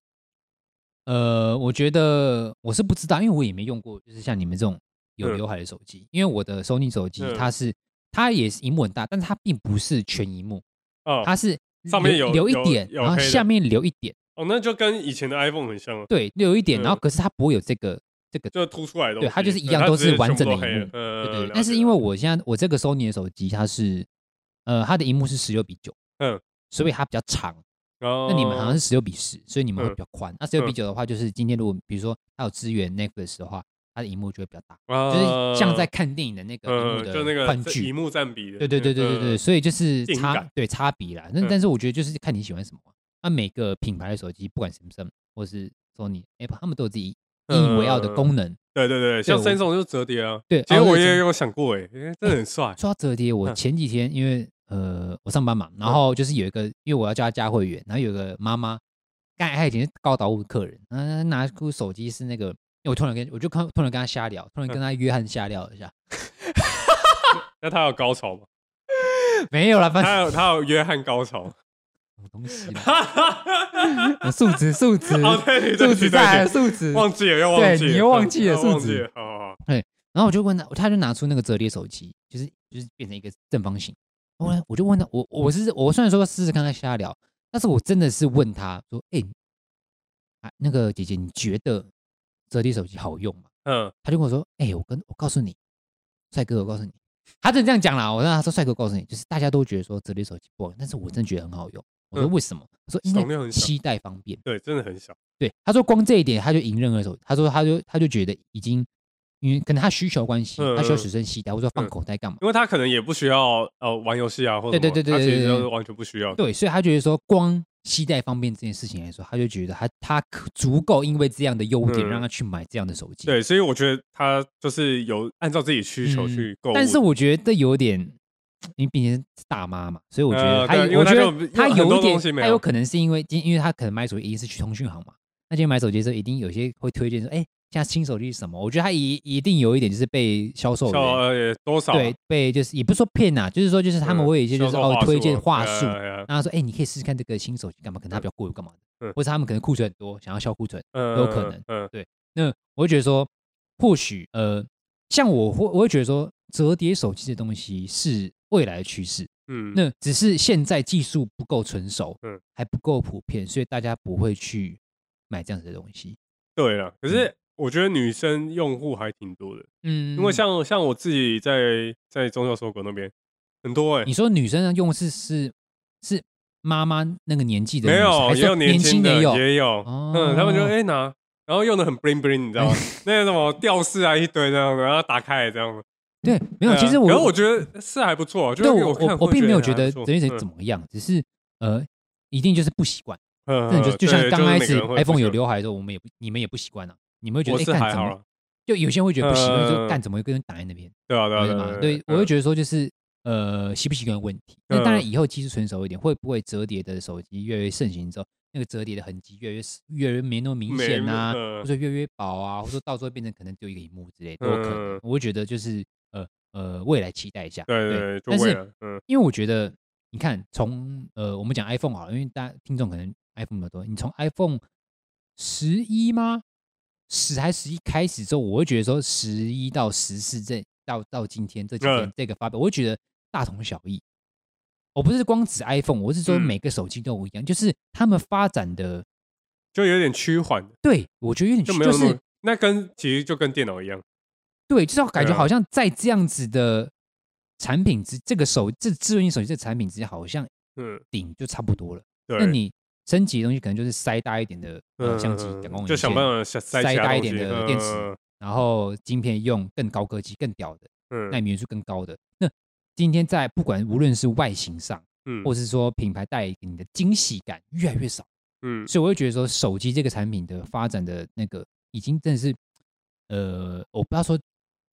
C: 呃，我觉得我是不知道，因为我也没用过，就是像你们这种有
A: 嗯
C: 刘海的手机，因为我的 Sony 手机
A: 嗯
C: 它是它也是荧幕很大，但是它并不是全荧幕，
A: 哦
C: 它是
A: 上面
C: 留
A: 有
C: 留一
A: 有
C: 点，
A: 有
C: 然后
A: 黑的
C: 下面留一点，
A: 哦，那就跟以前的 iPhone 很像了，
C: 对，留一点，然后
A: 嗯
C: 可是它不会有这个这个。
A: 就凸出来的东西，
C: 对它就是一样都是
A: 直接
C: 完
A: 全部
C: 整
A: 都
C: 的
A: 黑
C: 荧
A: 了
C: 幕
A: 呃
C: 对对
A: 了
C: 对
A: 解，
C: 但是因为我现在我这个 Sony 的手机它是，呃，它的荧幕是十六比九，
A: 嗯，
C: 所以它比较长，
A: 那
C: 那你们好像是十六比十，所以你们会
A: 哦嗯
C: 比较宽。那十六比
A: 嗯
C: 九的话，就是今天如果比如说它有支援 Netflix 的话，它的荧幕就会比较大，
A: 就
C: 就是像在看电影的那个荧幕
A: 呃，就那
C: 的
A: 个
C: 宽
A: 这
C: 距
A: 荧。幕占比的，嗯
C: 对对对对对对，所以就是
A: 近
C: 差
A: 感
C: 对差别啦。那
A: 嗯
C: 但是我觉得就是看你喜欢什么啊。那每个品牌的手机，不管 Samsung 或是 Sony、Apple，他们都有自己引以为傲的功能。
A: 对对对对，像
C: 我
A: Samsung 就是折叠啊，
C: 对，
A: 嗯其实
C: 哦
A: 我
C: 对
A: 也有想过，哎，诶真的很帅，
C: 说到折叠，我
A: 嗯
C: 前几天因为呃我上班嘛，然后就是有一个，因为我要叫他加会员，然后有个妈妈，干她以前是高岛屋客人，嗯、她拿出手机是那个，因为我突然跟我就看突然跟他瞎聊，突然
A: 嗯
C: 跟他约翰瞎聊了一下， [LAUGHS]
A: 那他有高潮吗？
C: 没有啦，反正
A: 他有他有约翰高
C: [LAUGHS]
A: 潮，
C: 什么东西啦， [LAUGHS]
A: 哈哈哈哈哈。
C: 素质素质
A: 哦，对对对
C: 素
A: 对哦
C: 质
A: 对
C: 再来
A: 对，
C: 素质，
A: 忘记了又忘记了，
C: 对你又忘记了
A: 嗯忘
C: 素
A: 记
C: 质
A: 了，好好好，
C: 然后我就问他，他就拿出那个折叠手机，就是就是变成一个正方形。后来我就问他，我我是我虽然说试试看他瞎聊，但是我真的是问他说，哎、啊那个姐姐，你觉得折叠手机好用吗？
A: 嗯，
C: 他就跟我说，哎、我跟我告诉你，帅哥，我告诉你，他真的这样讲啦。我让他说，帅哥，我告诉你，就是大家都觉得说折叠手机不好用，但是我真的觉得很好用。我说
A: 嗯
C: 为什么？我说因
A: 容量
C: 为
A: 很小
C: 携带方便。
A: 对，真的很小，
C: 对，他说光这一点他就迎刃而解。他说他就他就觉得已经，因为可能他需求关系，
A: 嗯
C: 他需要
A: 嗯
C: 随身携带，或者说放
A: 嗯
C: 口袋干嘛？
A: 因为他可能也不需要呃玩游戏啊，或者
C: 对对
A: 什么他
C: 对对对
A: 其实
C: 对
A: 就
C: 对
A: 是完全不需要，
C: 对，所以他觉得说光携带方便这件事情来说，他就觉得他他可足够因为这样的优点
A: 嗯
C: 让他去买这样的手机。，
A: 对，所以我觉得他就是有按照自己需求
C: 嗯
A: 去购物，
C: 但是我觉得这有点，因为毕竟是大妈嘛，所以我觉
A: 呃
C: 得他
A: 对因为
C: 我
A: 他
C: 觉
A: 就
C: 得他
A: 有很
C: 有
A: 多
C: 一点
A: 东西，没
C: 他
A: 有
C: 有可能是因为今因为他可能买手机一定是去通讯行嘛，那今天买手机的时候一定有些会推荐说，哎，现在新手机是什么？我觉得他一一定有一点就是被销售
A: 像
C: 人
A: 呃多少嗯
C: 欸对，被就是也不是说骗呐、就是说就是他们会有一些就是哦推荐话
A: 嗯
C: 术，
A: 销售啊
C: 然后说哎、你可以试试看这个新手机干嘛，可能它比较贵或干嘛的，
A: 嗯
C: 或者他们可能库存很多，想要销库存。
A: 嗯
C: 有可能
A: 嗯，
C: 那我会觉得说，或许呃，像我会我会觉得说，折叠手机这东西是未来的趋势，
A: 嗯，
C: 那只是现在技术不够成熟，
A: 嗯
C: 还不够普遍，所以大家不会去买这样子的东西。
A: 对了。可是我觉得女生用户还挺多的，
C: 嗯
A: 因为像像我自己在在宗教收购那边很多哎
C: 你，说女生用的是是是妈妈那个年纪的
A: 没
C: 女生，
A: 有
C: 还
A: 也
C: 是
A: 有
C: 说
A: 年
C: 轻
A: 的
C: 也有，哦
A: 也有，嗯，他们就哎拿，然后用的很 bling bling，你知道
C: [LAUGHS]
A: 吗？那什么吊饰啊一堆这样的，然后打开来这样的。
C: 对，没有。
A: 对啊
C: 其实
A: 可是
C: 我
A: 我觉得是还不错，就是
C: 对
A: 我
C: 我
A: 看
C: 我我并没有觉得
A: 折
C: 整体怎么样，只是呃，一定就是不习惯。
A: 嗯，
C: 真的就就像刚开始 iPhone 有
A: 流，
C: 刘海的时候，我们也不你们也不习惯啊，你们会觉
A: 我
C: 得
A: 是
C: 哎
A: 还
C: 干怎
A: 好啊
C: 么
A: 了，
C: 就有些人会觉得不习惯，
A: 嗯
C: 就干怎么会跟人挡在那边，
A: 对啊对啊
C: 对
A: 对
C: 吗
A: 啊？
C: 对，我会觉得说就是呃习不习惯的问题。那当然
A: 嗯
C: 以后技术成熟一点，会不会折叠的手机越来越盛行之后，那个折叠的痕迹越来越越来越没那么明
A: 没
C: 显啊，
A: 嗯
C: 或者越来越薄啊，或者说到时候变成可能只有一个荧幕之类都有可能
A: 嗯。
C: 我会觉得就是呃呃未来期待一下，
A: 对对，
C: 但
A: 就为
C: 是
A: 了嗯
C: 因为我觉得，你看，从呃，我们讲 iPhone 好了，因为大家听众可能 iPhone 比较多。你从 iPhone 十一吗？十还十一开始之后，我会觉得说十一到十四这到到今天这几天
A: 嗯
C: 这个发表，我会觉得大同小异。我不是光指 iPhone，我是说
A: 嗯
C: 每个手机都一样，就是他们发展的，
A: 就有点趋缓，
C: 对我觉得有点
A: 就
C: 虚
A: 没有
C: 就
A: 那么、
C: 是
A: 那跟其实就跟电脑一样，
C: 对，就是感觉
A: 对啊
C: 好像在这样子的产品之这个手这智能手机这个产品之间，好像
A: 嗯，
C: 顶就差不多了。
A: 对，
C: 那你升级的东西可能就是塞大一点的、呃、
A: 嗯
C: 相机
A: 嗯
C: 感光元
A: 就
C: 件，
A: 想办法塞
C: 塞
A: 其他
C: 大一
A: 东
C: 点
A: 西
C: 的电池
A: 嗯
C: 然后晶片用更高科技、更屌的，
A: 嗯
C: 纳米元数更高的。那今天在不管无论是外形上，
A: 嗯
C: 或是说品牌带给你的惊喜感越来越少，
A: 嗯
C: 所以我会觉得说手机这个产品的发展的那个已经真的是，呃，我不要说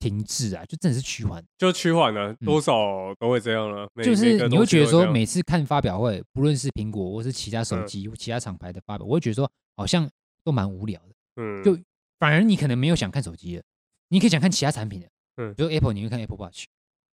C: 停滞啊，就真的是趋缓，
A: 就趋缓了，多少都会这样了。每
C: 嗯就是你会觉得说，，
A: 每个东西都这样嗯
C: 每次看发表会，不论是苹果或是其他手机、其他厂牌的发表，我会觉得说好像都蛮无聊的，
A: 嗯，
C: 就反而你可能没有想看手机了，你可以想看其他产品的，
A: 嗯哦
C: 比如 Apple 你会看 Apple Watch，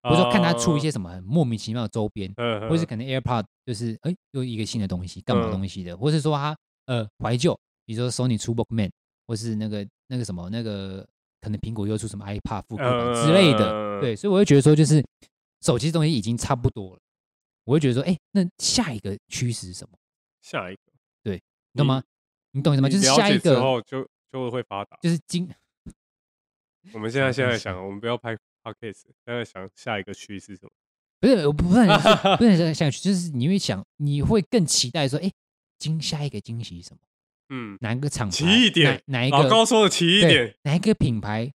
C: 或者说看它出一些什么很莫名其妙的周边，
A: 啊，嗯，
C: 或是可能 AirPod 就是哎又一个新的东西，干嘛
A: 嗯
C: 东西的，或是说它呃怀旧，比如说 Sony 出 Walkman，或是那个那个什么那个可能苹果又出什么 iPad 复刻版之类的，
A: 嗯
C: 对，所以我会觉得说就是手机东西已经差不多了，我会觉得说哎、那下一个趋势是什么，
A: 下一个，
C: 你懂吗？你懂什么？
A: 你
C: 就是
A: 了
C: 下
A: 解
C: 一
A: 之
C: 个
A: 后就就会发达。
C: 就是今
A: 我们现在
C: 没
A: 现
C: 关
A: 在
C: 系
A: 想，我们不要拍 podcast，现在想下一个趋势是什么？
C: 不是我不不是很
A: [LAUGHS]
C: 不是很想去，就是你会想你会更期待说哎、今下一个惊喜是什么？
A: 嗯，
C: 哪个厂牌？
A: 奇异点
C: 哪哪一
A: 老
C: 个？
A: 高说的奇一
C: 对，
A: 点，
C: 哪一个品牌，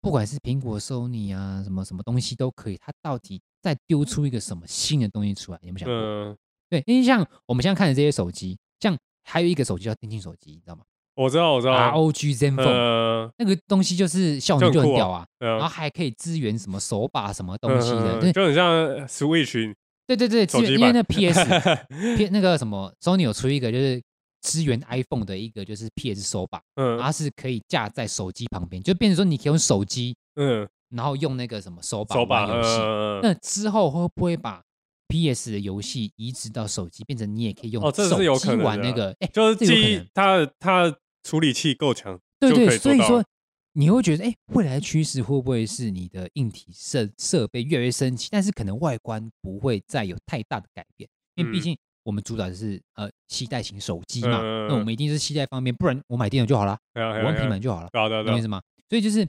C: 不管是苹果、Sony 啊，什么什么东西都可以，它到底再丢出一个什么新的东西出来？你们想过？
A: 嗯，
C: 对，因为像我们现在看的这些手机，像还有一个手机叫电竞手机，你知道吗
A: 我知道，我知道，
C: ？ROG Zenfone、
A: 呃，
C: 那个东西就是效能就
A: 就
C: 很
A: 很酷啊
C: 屌啊，
A: 对啊
C: 然后还可以支援什么手把什么东西的，
A: 嗯
C: 对
A: 就很像
C: [LAUGHS]
A: Switch
C: 对对对，
A: 手
C: 支
A: 机
C: 援因为
A: 版
C: 那
A: [LAUGHS]
C: PS P 那个什么 Sony 有出一个就是支援 iPhone 的一个就是 PS 手把，
A: 嗯
C: 它是可以架在手机旁边，就变成说你可以用手机
A: 嗯，
C: 然后用那个什么手把
A: 手把
C: 玩游戏。
A: 呃
C: 那之后会不会把 PS 的游戏移植到手机，变成你也可以用
A: 哦这是
C: 手
A: 有可
C: 机
A: 能的
C: 玩那个？哎、
A: 就是
C: 这有可
A: 记忆
C: 能，
A: 它的它的处理器够强，
C: 对
A: 就可
C: 对，
A: 以
C: 所
A: 做
C: 以
A: 到
C: 说
A: 了
C: 你会觉得，哎、未来的趋势会不会是你的硬体设设备越来越升级，但是可能外观不会再有太大的改变，因为毕
A: 嗯
C: 竟我们主打的是呃携带型手机嘛，
A: 嗯嗯嗯
C: 那我们一定是携带方面，不然我买电脑就好了，
A: 对啊
C: 我
A: 对啊
C: 玩平
A: 对啊
C: 板就好了。
A: 对啊对啊
C: 懂我意
A: 对
C: 思
A: 啊，
C: 吗？所以就是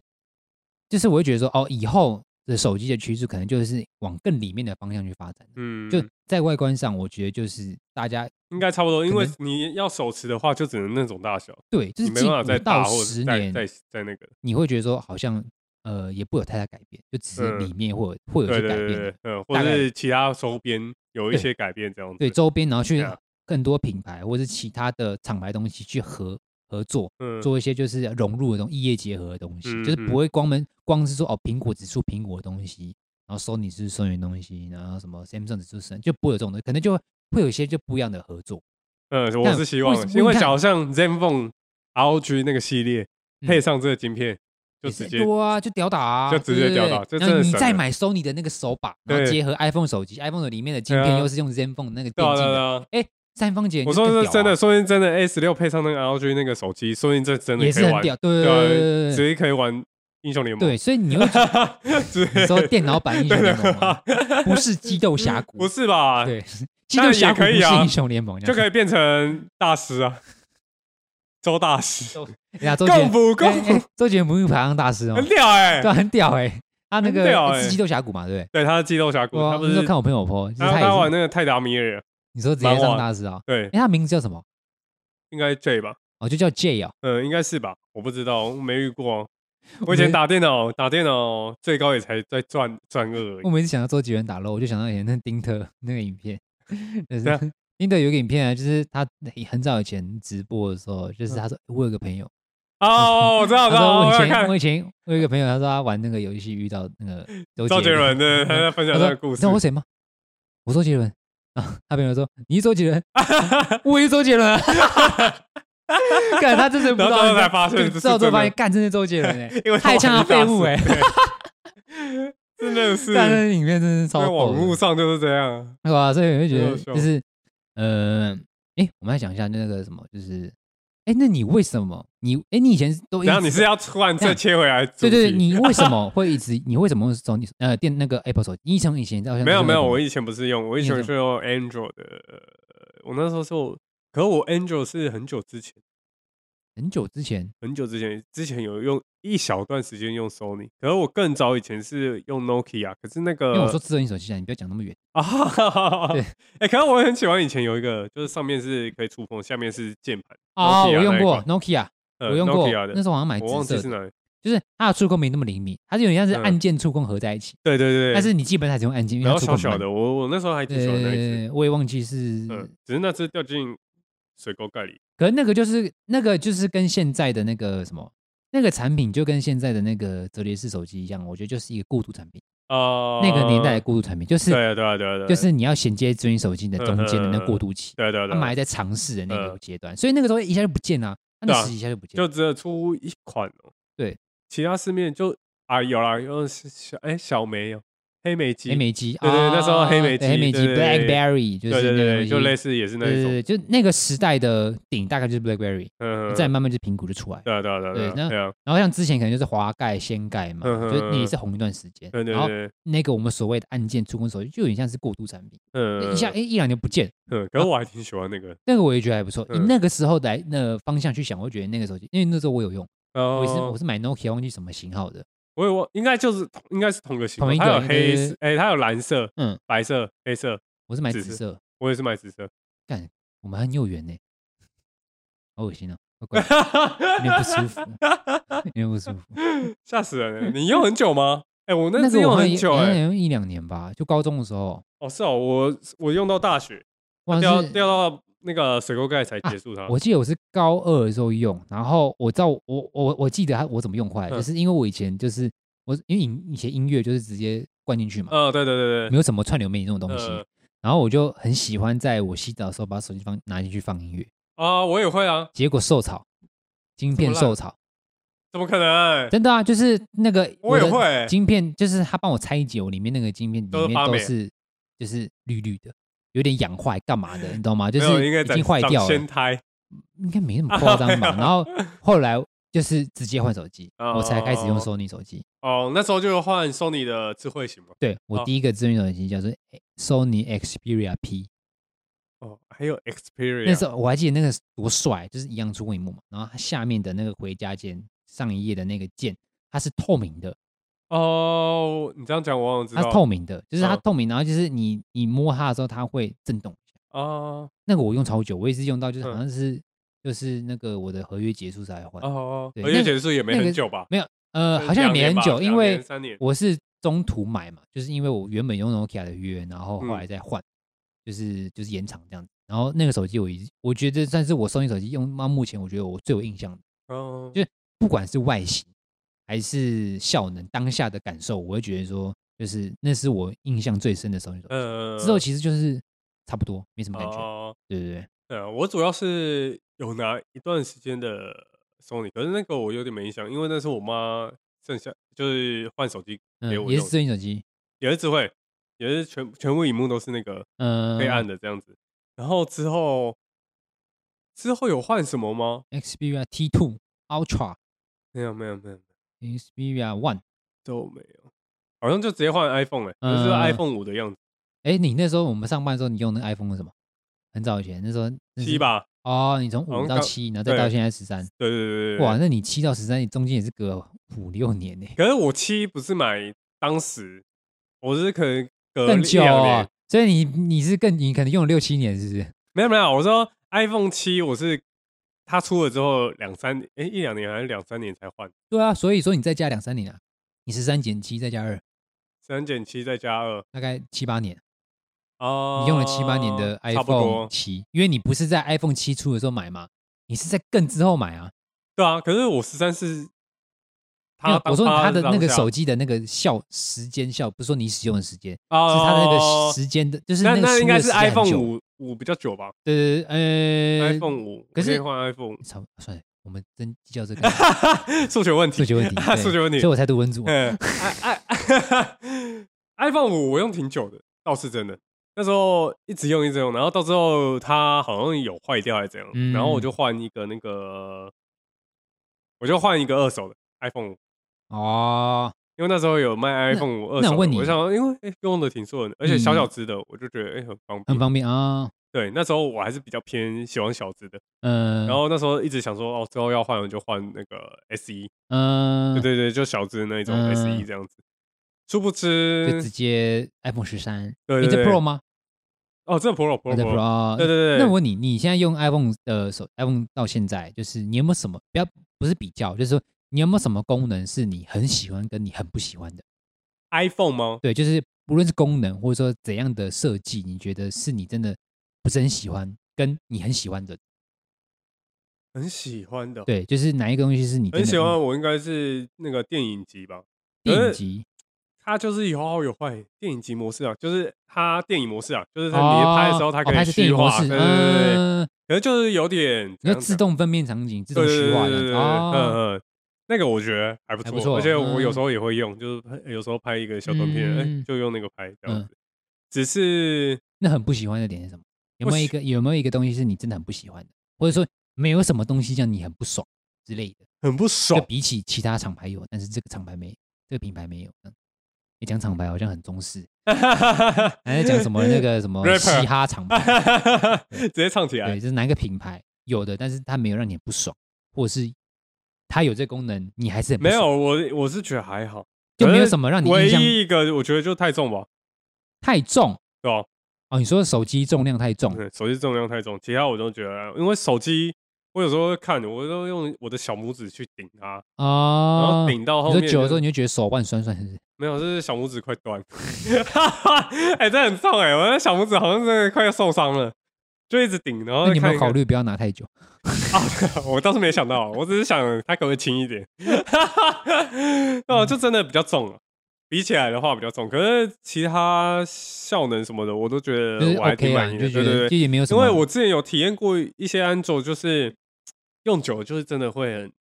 C: 就是我会觉得说，哦，以后的手机的趋势可能就是往更里面的方向去发展。
A: 嗯，
C: 就在外观上，我觉得就是大家
A: 应该差不多，因
C: 可
A: 为
C: 能
A: 你要手持的话，就只能那种大小，
C: 对，就
A: 你
C: 是
A: 没
C: 近
A: 办法
C: 五
A: 再大
C: 到
A: 或者
C: 十
A: 是再
C: 年，
A: 再再那个，
C: 你会觉得说好像呃也不会有太大改变，就只是
A: 嗯
C: 里面或会有一
A: 对
C: 些
A: 对
C: 改
A: 对
C: 变
A: 对
C: 的，
A: 嗯，或
C: 大概
A: 是其他周边有一
C: 对
A: 些改变这样子，
C: 对周边，然后去
A: 对啊
C: 更多品牌或是其他的厂牌东西去合合作，
A: 嗯
C: 做一些就是融入的东西，异业结合的东西，就是
A: 嗯嗯
C: 不会光门光是说哦，苹果只出苹果的东西，然后 Sony 只出 Sony 的东西，然后什么 Samsung 只出 Samsung，就不会有这种东西，可能就会有一些就不一样的合作。
A: 嗯，我
C: 但
A: 是希
C: 为
A: 望
C: 什
A: 的，
C: 么
A: 因
C: 你
A: 为
C: 看
A: 假如像 Zenfone ROG 那个系列
C: 嗯
A: 配上这个晶片，就
C: 也
A: 直
C: 是
A: 接
C: 多啊，就屌打啊，
A: 就直接
C: 对
A: 屌
C: 对
A: 打这
C: 对然后
A: 真的
C: 你
A: 省
C: 再
A: 了
C: 买 Sony 的那个手把，然后
A: 对
C: 结合 iPhone 手机，iPhone 的里面的晶
A: 对啊
C: 片又是用 Zenfone 那个
A: 对
C: 电
A: 啊对啊对
C: 竞的，
A: 啊。
C: 哎，三方姐，
A: 我说
C: 更
A: 是
C: 屌
A: 真
C: 啊
A: 的，，说不定真的 A 十六配上那个 LG 那个手机，说不定这真的
C: 也
A: 可以
C: 是很
A: 玩，
C: 屌，对
A: 对啊
C: 对对
A: 直接可以玩英雄联盟。
C: 对，所以你会觉
A: [LAUGHS]
C: 得你
A: 对，
C: 说电脑版英雄联盟
A: [LAUGHS]
C: 吗？
A: 盟
C: 不是激斗峡谷，
A: 不是吧？ [LAUGHS]
C: 对，激
A: 啊当
C: 斗
A: 然
C: 峡
A: 也
C: 谷不
A: 可以
C: 是
A: 啊
C: 英雄联盟，
A: [LAUGHS] 就可
C: 以。
A: 以变成大师
C: [LAUGHS]
A: 啊，周大
C: 哦
A: 师，
C: 呀，周杰
A: 共
C: 伦，
A: 舞共
C: 哎
A: 舞
C: 哎，周杰伦不是排行大师哦
A: 很，屌哎、
C: 对啊，很屌哎，他那
A: 很屌
C: 个
A: 哎
C: 是激斗峡谷嘛，对
A: 对，他是激斗峡
C: 不
A: 谷，
C: 对？
A: 他
C: 我
A: 不
C: 那时
A: 是
C: 候看我朋友 po，就是
A: 他
C: 他
A: 他玩
C: 也是，
A: 那个泰达米尔，
C: 你说直接
A: 蛮
C: 上
A: 玩
C: 大师啊？
A: 对，
C: 哎，他名字叫什么？
A: 应该 J 吧，
C: 哦，就叫 J 哦，
A: 嗯，应该是吧，我不知道，我没遇过、啊。
C: 我
A: 我以前
C: 没
A: 打电脑，打电脑最高也才在赚赚二而已
C: 我。每次想到周杰伦打 l 我就想到以前那丁特那个影片，就
A: 对啊
C: 是丁特有一个影片啊，就是他很早以前直播的时候，就是
A: 嗯
C: 他说我有个朋友，
A: 哦，我知道，
C: 他
A: 我知道，
C: 说我以
A: 有
C: 前
A: 看
C: 我以前我有一个朋友，他说他玩那个游戏遇到那个
A: [LAUGHS] 周杰伦的，他在
C: 他
A: 分享他
C: 说
A: 的故
C: 你
A: 事
C: 知道。我谁吗？我周杰伦啊，他朋友说你是周杰伦，我也是周杰伦啊。 [LAUGHS] 干他真是不知
A: 然后
C: 道
A: 之后才发现
C: 对
A: 这是
C: 知道之后发
A: 真
C: 现
A: 的
C: 干真是周杰伦哎，
A: [LAUGHS] 因为他
C: 太像了
A: 玩大
C: 废物
A: 师
C: 哎，
A: 对 [LAUGHS] 真的是
C: [LAUGHS] 干那影片真是超
A: 在网
C: 逗的啊
A: 络上就是这样。
C: 对吧、所以我就觉
A: 很
C: 得
A: 好笑
C: 就是，呃，诶，我们来讲一下那个什么，就是哎，那你为什么你哎你以前都一
A: 然后你
C: 直
A: 是要突然再切回来主
C: 对
A: 题？
C: 对，对你为
A: [LAUGHS]
C: 什么会一直你为什么用手机呃电那个 Apple 手机？你从以前到现在
A: 没有没有，我
C: 一
A: 以前不是用，我以前
C: 你是
A: 是用 Android 的，呃我那时候是我，可我 Android 是很久之前，
C: 很久之前
A: 很久之前，之前有用一小段时间用 Sony，可是我更早以前是用 Nokia，可是那个
C: 因为我说智能手机啊，你不要讲那么远。
A: 啊，哈哈哈哈
C: 对
A: [LAUGHS] 哎、可是我很喜欢以前有一个，就是上面是可以触碰，下面是键盘。
C: 哦，我
A: Nokia
C: 用
A: 那一
C: 过
A: 款，
C: Nokia，
A: 呃
C: 我用过
A: Nokia 的，
C: 那时候好像买紫
A: 我忘记
C: 色
A: 是
C: 的，
A: 哪里。
C: 就是它的触控没那么灵敏，它就有点像是
A: 嗯
C: 按键触控合在一起，
A: 对对对，
C: 但是你基本上还是用按键，因为
A: 然后
C: 它触
A: 小小
C: 控慢
A: 的，我我那时候还挺喜欢那一只，
C: 呃，我也忘记是，
A: 嗯，只是那只掉进水沟盖里。
C: 可是那个就是那个就是跟现在的那个什么那个产品，就跟现在的那个折叠式手机一样，我觉得就是一个过渡产品，
A: 啊，
C: 那个年代的过渡产品，就是
A: 对啊对啊对啊对嗯啊，
C: 就是你要衔接智能手机的中间的那过渡期，
A: 对啊对啊
C: 他
A: 对啊
C: 们还在尝试的那个
A: 嗯
C: 阶段，所以那个时候一下就不见了，它
A: 对
C: 那
A: 啊
C: 十一下就不见
A: 就
C: 了，
A: 只有出一款哦。
C: 对，
A: 其他市面就啊有啦，有小哎小梅有黑莓机，
C: 黑莓机，
A: 对对
C: 啊
A: 那时候黑莓
C: 对
A: 机
C: 黑莓机
A: 对对对
C: ，BlackBerry 就
A: 对
C: 是
A: 对
C: 那个
A: 对，
C: 东西
A: 就类似也是那
C: 对
A: 一种，
C: 对对，就那个时代的顶大概就是 BlackBerry，
A: 嗯，
C: 再慢慢就苹果就出来，
A: 对啊对啊对啊
C: 对
A: 对
C: 那
A: 啊对啊，
C: 然后像之前可能就是滑盖、掀盖嘛，
A: 嗯嗯
C: 就你也
A: 嗯
C: 是红一段时间，
A: 对对
C: 然后
A: 对，
C: 那个我们所谓的按键触控手机，就有点像是过渡产品，
A: 嗯，
C: 一下哎一两年不见，
A: 嗯，可是我还挺喜欢那个，
C: 那个我也觉得还不错。以
A: 嗯
C: 那个时候来那方向去想，我觉得那个手机，因为那时候我有用，
A: 我
C: 我也是我是买 Nokia 忘记什么型号的，
A: 我也忘，应该就是应该是同个型号，
C: 同一个
A: 它有
C: 对
A: 黑
C: 对
A: 色，哎、它有蓝色、
C: 嗯，
A: 白色、黑色，
C: 我是买
A: 紫
C: 紫
A: 色
C: 色，
A: 我也是买紫色。
C: 我们很有缘呢，好恶心哦，怪怪的有点不舒服，有点不舒服。
A: [LAUGHS] 吓死人了！你用很久吗？哎、我那
C: 那
A: 次
C: 个我
A: 用
C: 嗯好像
A: 很
C: 也
A: 久
C: 好像
A: 哎、
C: 也用一两年吧，就高中的时候，
A: 哦，是哦，我我用到大学，
C: 我
A: 啊掉
C: 好像是
A: 掉到那个水沟盖才结束它。
C: 啊我记得我是高二的时候用，然后我知道我我我我记得它我怎么用坏，
A: 嗯
C: 就是因为我以前就是我因为以以前音乐就是直接灌进去嘛，
A: 嗯，对对对
C: 没
A: 对，
C: 有什么串流媒体这种东西，
A: 呃
C: 然后我就很喜欢在我洗澡的时候把手机放拿进去放音乐，
A: 啊，我也会啊，
C: 结果受潮，晶
A: 这么
C: 片
A: 烂
C: 受潮，
A: 怎么可 [LAUGHS] 能？
C: 真的啊，就是那个
A: 我也
C: 的
A: 会欸
C: 晶片，就是他帮我拆解，我里面那个晶片
A: 都是
C: 里面
A: 发
C: 都
A: 霉
C: 是就是绿绿的，有点氧化干嘛
A: [LAUGHS]
C: 的，你懂吗？就
A: 没有应
C: 是
A: 该
C: 已
A: 长
C: 经坏
A: 长
C: 掉了
A: 先，胎
C: 应该没那么夸张
A: [LAUGHS]
C: 吧？然后后来就是直接换手机，
A: 哦
C: 我才开始用 Sony 手机。
A: 哦，那时候就换 Sony 的智慧型嘛。
C: 对我
A: 哦
C: 第一个智能手机叫做 Sony Xperia P，
A: 哦，还有 Xperia，
C: 那时候我还记得那个多帅，就是一样触控屏幕嘛，然后它下面的那个回家键上一页的那个键，它是透明的，
A: 哦，你这样讲我好像知
C: 它
A: 道
C: 是透明的，就是它
A: 嗯
C: 透明，然后就是你你摸它的时候，它会震动一下。
A: 哦
C: 那个我用超久，我也是用到就是
A: 嗯
C: 好像是就是那个我的合约结束才换
A: 哦，哦，
C: 对
A: 而且
C: 那个
A: 结束也没
C: 那
A: 很
C: 个
A: 久吧？
C: 没有呃好像也
A: 两
C: 没
A: 年
C: 很
A: 吧
C: 久，因
A: 两
C: 为
A: 年三年，
C: 我是中途买嘛，就是因为我原本用 Nokia 的约，然后后
A: 嗯
C: 来再换，就是就是延长这样子。然后那个手机我一我觉得算是我 Sony 手机用到目前，我觉得我最有印象的，
A: 哦
C: 就不管是外形还是效能，当下的感受，我会觉得说，就是那是我印象最深的 Sony 手机。
A: 呃
C: 之后其实就是差不多，没什么感觉，
A: 哦，
C: 对对对。
A: 对啊，我主要是有拿一段时间的 Sony，可是那个我有点没印象，因为那是我妈剩下就是换手机，给
C: 嗯，
A: 我
C: 也
A: 用
C: 是智能手机，
A: 也是智慧，也是全全部荧幕都是那个
C: 嗯，
A: 黑暗的这样子。然后之后之后有换什么吗？
C: Xperia T Two Ultra、
A: 没有没有没有，
C: Xperia One。
A: 都没有，好像就直接换 iPhone 了、欸，就是
C: 嗯
A: iPhone 五的样子，
C: 哎，你那时候我们上班的时候，你用那个 iPhone 是什么？很早以前，那时候那
A: 七
C: 是
A: 吧？
C: 哦，你从
A: 好
C: 五
A: 像
C: 到
A: 刚
C: 七，然后再
A: 对
C: 到现在十三，
A: 对对对对对。
C: 哇，！那你七到十三，你中间也是隔五六年呢，
A: 可是我七不是买当时，我是可能隔
C: 更
A: 一
C: 久
A: 两年
C: 啊。所以你你是更你可能用了六七年，是不是？
A: 没有没有，我说 iPhone 七，我是它出了之后两三哎、一两年还是两三年才换，
C: 对啊，所以说你再加两三年啊，你十三减七再加二，
A: 三减七再加二
C: 大概七八年，
A: 哦，
C: 你用了七八年的
A: 差不
C: iPhone
A: 多，
C: 七，因为你不是在 iPhone 七出的时候买嘛，你是在更之后买啊。
A: 对啊。可是我十三是
C: 没
A: 它
C: 有
A: 当，
C: 我说
A: 它
C: 他的那个
A: 当下
C: 手机的那个效时间效，不是说你使用的时间，是
A: 哦，
C: 它的那个时间的，就是
A: 那
C: 个
A: 那
C: 输
A: 应该
C: 的
A: 是
C: 时间很
A: iPhone
C: 久
A: 五五比较久吧
C: 对对对，呃
A: ，iPhone 五，
C: 可是
A: 我先换 iPhone 五，
C: 差不算了，我们真计较这个 [LAUGHS]
A: 数学问题，，
C: 数学问题
A: [LAUGHS] 数学问题
C: 对所以，我才
A: [LAUGHS]
C: 读
A: 哎
C: 文组。
A: 嗯，i i iPhone 五我用挺久的，倒是真的。那时候一直用一直用，然后到最后它好像有坏掉还是怎样，
C: 嗯
A: 然后我就换一个那个，我就换一个二手的 iPhone 五，
C: 哦，
A: 因为那时候有卖 iPhone 五二手
C: 那
A: 的，
C: 我问你嗯
A: 我想说因为、诶用的挺顺的，而且小小只的，我就觉得哎、诶很方便。
C: 很方便啊。
A: 对，那时候我还是比较偏喜欢小只的，
C: 嗯，
A: 然后那时候一直想说哦，之后要换我就换那个 S e
C: 嗯，
A: 对对对，就小只的那一种 S e
C: 嗯
A: 这样子。殊不
C: 就直
A: 知，
C: 接 iPhone 十三，
A: 对
C: 你
A: 对
C: 这
A: 对
C: Pro 吗？
A: 哦，这 Pro
C: 我
A: Pro
C: 的 Pro，啊
A: 对对对，
C: 那我问你，你现在用 iPhone 的手 iPhone 到现在，就是你有没有什么不要不是比较，就是说你有没有什么功能是你很喜欢跟你很不喜欢的？
A: iPhone 吗？
C: 对，就是不论是功能或者说怎样的设计，你觉得是你真的不是很喜欢，跟你很喜欢的，
A: 很喜欢的，
C: 对，就是哪一个东西是你真
A: 很
C: 的
A: 喜欢。
C: 嗯
A: 我应该是那个电影集吧，
C: 电
A: 可
C: 影
A: 是
C: 集
A: 它就是有哦好有坏。电影级模式啊，就是它电影模式啊，就是它你拍的时候它
C: 哦
A: 可
C: 拍
A: 以
C: 是电
A: 虚
C: 影模
A: 化，
C: 式，
A: 对对对对，
C: 嗯
A: 可是就是有点
C: 你
A: 怎
C: 说
A: 样
C: 自
A: 讲
C: 动分辨场景、自
A: 对
C: 动
A: 对
C: 虚化
A: 对
C: 这
A: 对
C: 样子
A: 对，
C: 哦，
A: 嗯嗯，那个我觉得还不
C: 还
A: 错，
C: 不错
A: 而且我有
C: 嗯
A: 时候也会用，就是拍有时候拍一个小短片，哎
C: 嗯，
A: 就用那个拍这样
C: 嗯
A: 子。只是
C: 那很不喜欢的点是什么？有
A: 不
C: 没有一
A: 喜
C: 个有没有一个东西是你真的很不喜欢的，或者说没有什么东西让你很不爽之类的？
A: 很不
C: 就
A: 爽，
C: 比起其他厂牌有，但是这个厂牌没，这个品牌没有。嗯你讲厂牌好像很中式，还在哎讲什么
A: [LAUGHS]
C: 那个什么
A: Rapper
C: 嘻哈厂牌？
A: 直接唱起来
C: 对，，就是哪一个品牌有的，但是它没有让你很不爽，或者是它有这功能，你还是很不
A: 没有，
C: 爽，
A: 我我是觉得还好，
C: 就没有什
A: 么
C: 么让你
A: 唯
C: 印象
A: 一一个我觉得就太重吧，
C: 太重
A: 对啊吧？
C: 哦。你说手机重量太重，
A: 嗯，手机重量太重，其他我都觉得，因为手机我有时候会看，我都用我的小拇指去顶它，然
C: 哦
A: 后，顶到后
C: 你说
A: 面
C: 久了之
A: 就
C: 后，你就觉得手腕酸酸，是不是？
A: 没有，就是小拇指快断， [LAUGHS] 哎、这很重哎、我的小拇指好像是快要受伤了，就一直顶，然后
C: 那你有没
A: 看
C: 有
A: 一看
C: 考虑不要拿太久？
A: 啊？ [LAUGHS] 我倒是没想到，我只是想它可不可以轻一点，哦，就真的比较重了。比起来的话比较重，可是其他效能什么的，我都觉
C: 就
A: 得
C: 是
A: 我还
C: OK
A: 挺
C: 啦，
A: 满意
C: 你
A: 的。
C: 就觉
A: 对对
C: 得
A: 对
C: 就也没有什
A: 因
C: 么，
A: 为我之前有体验过一些安卓，就是用久了就是真的会很，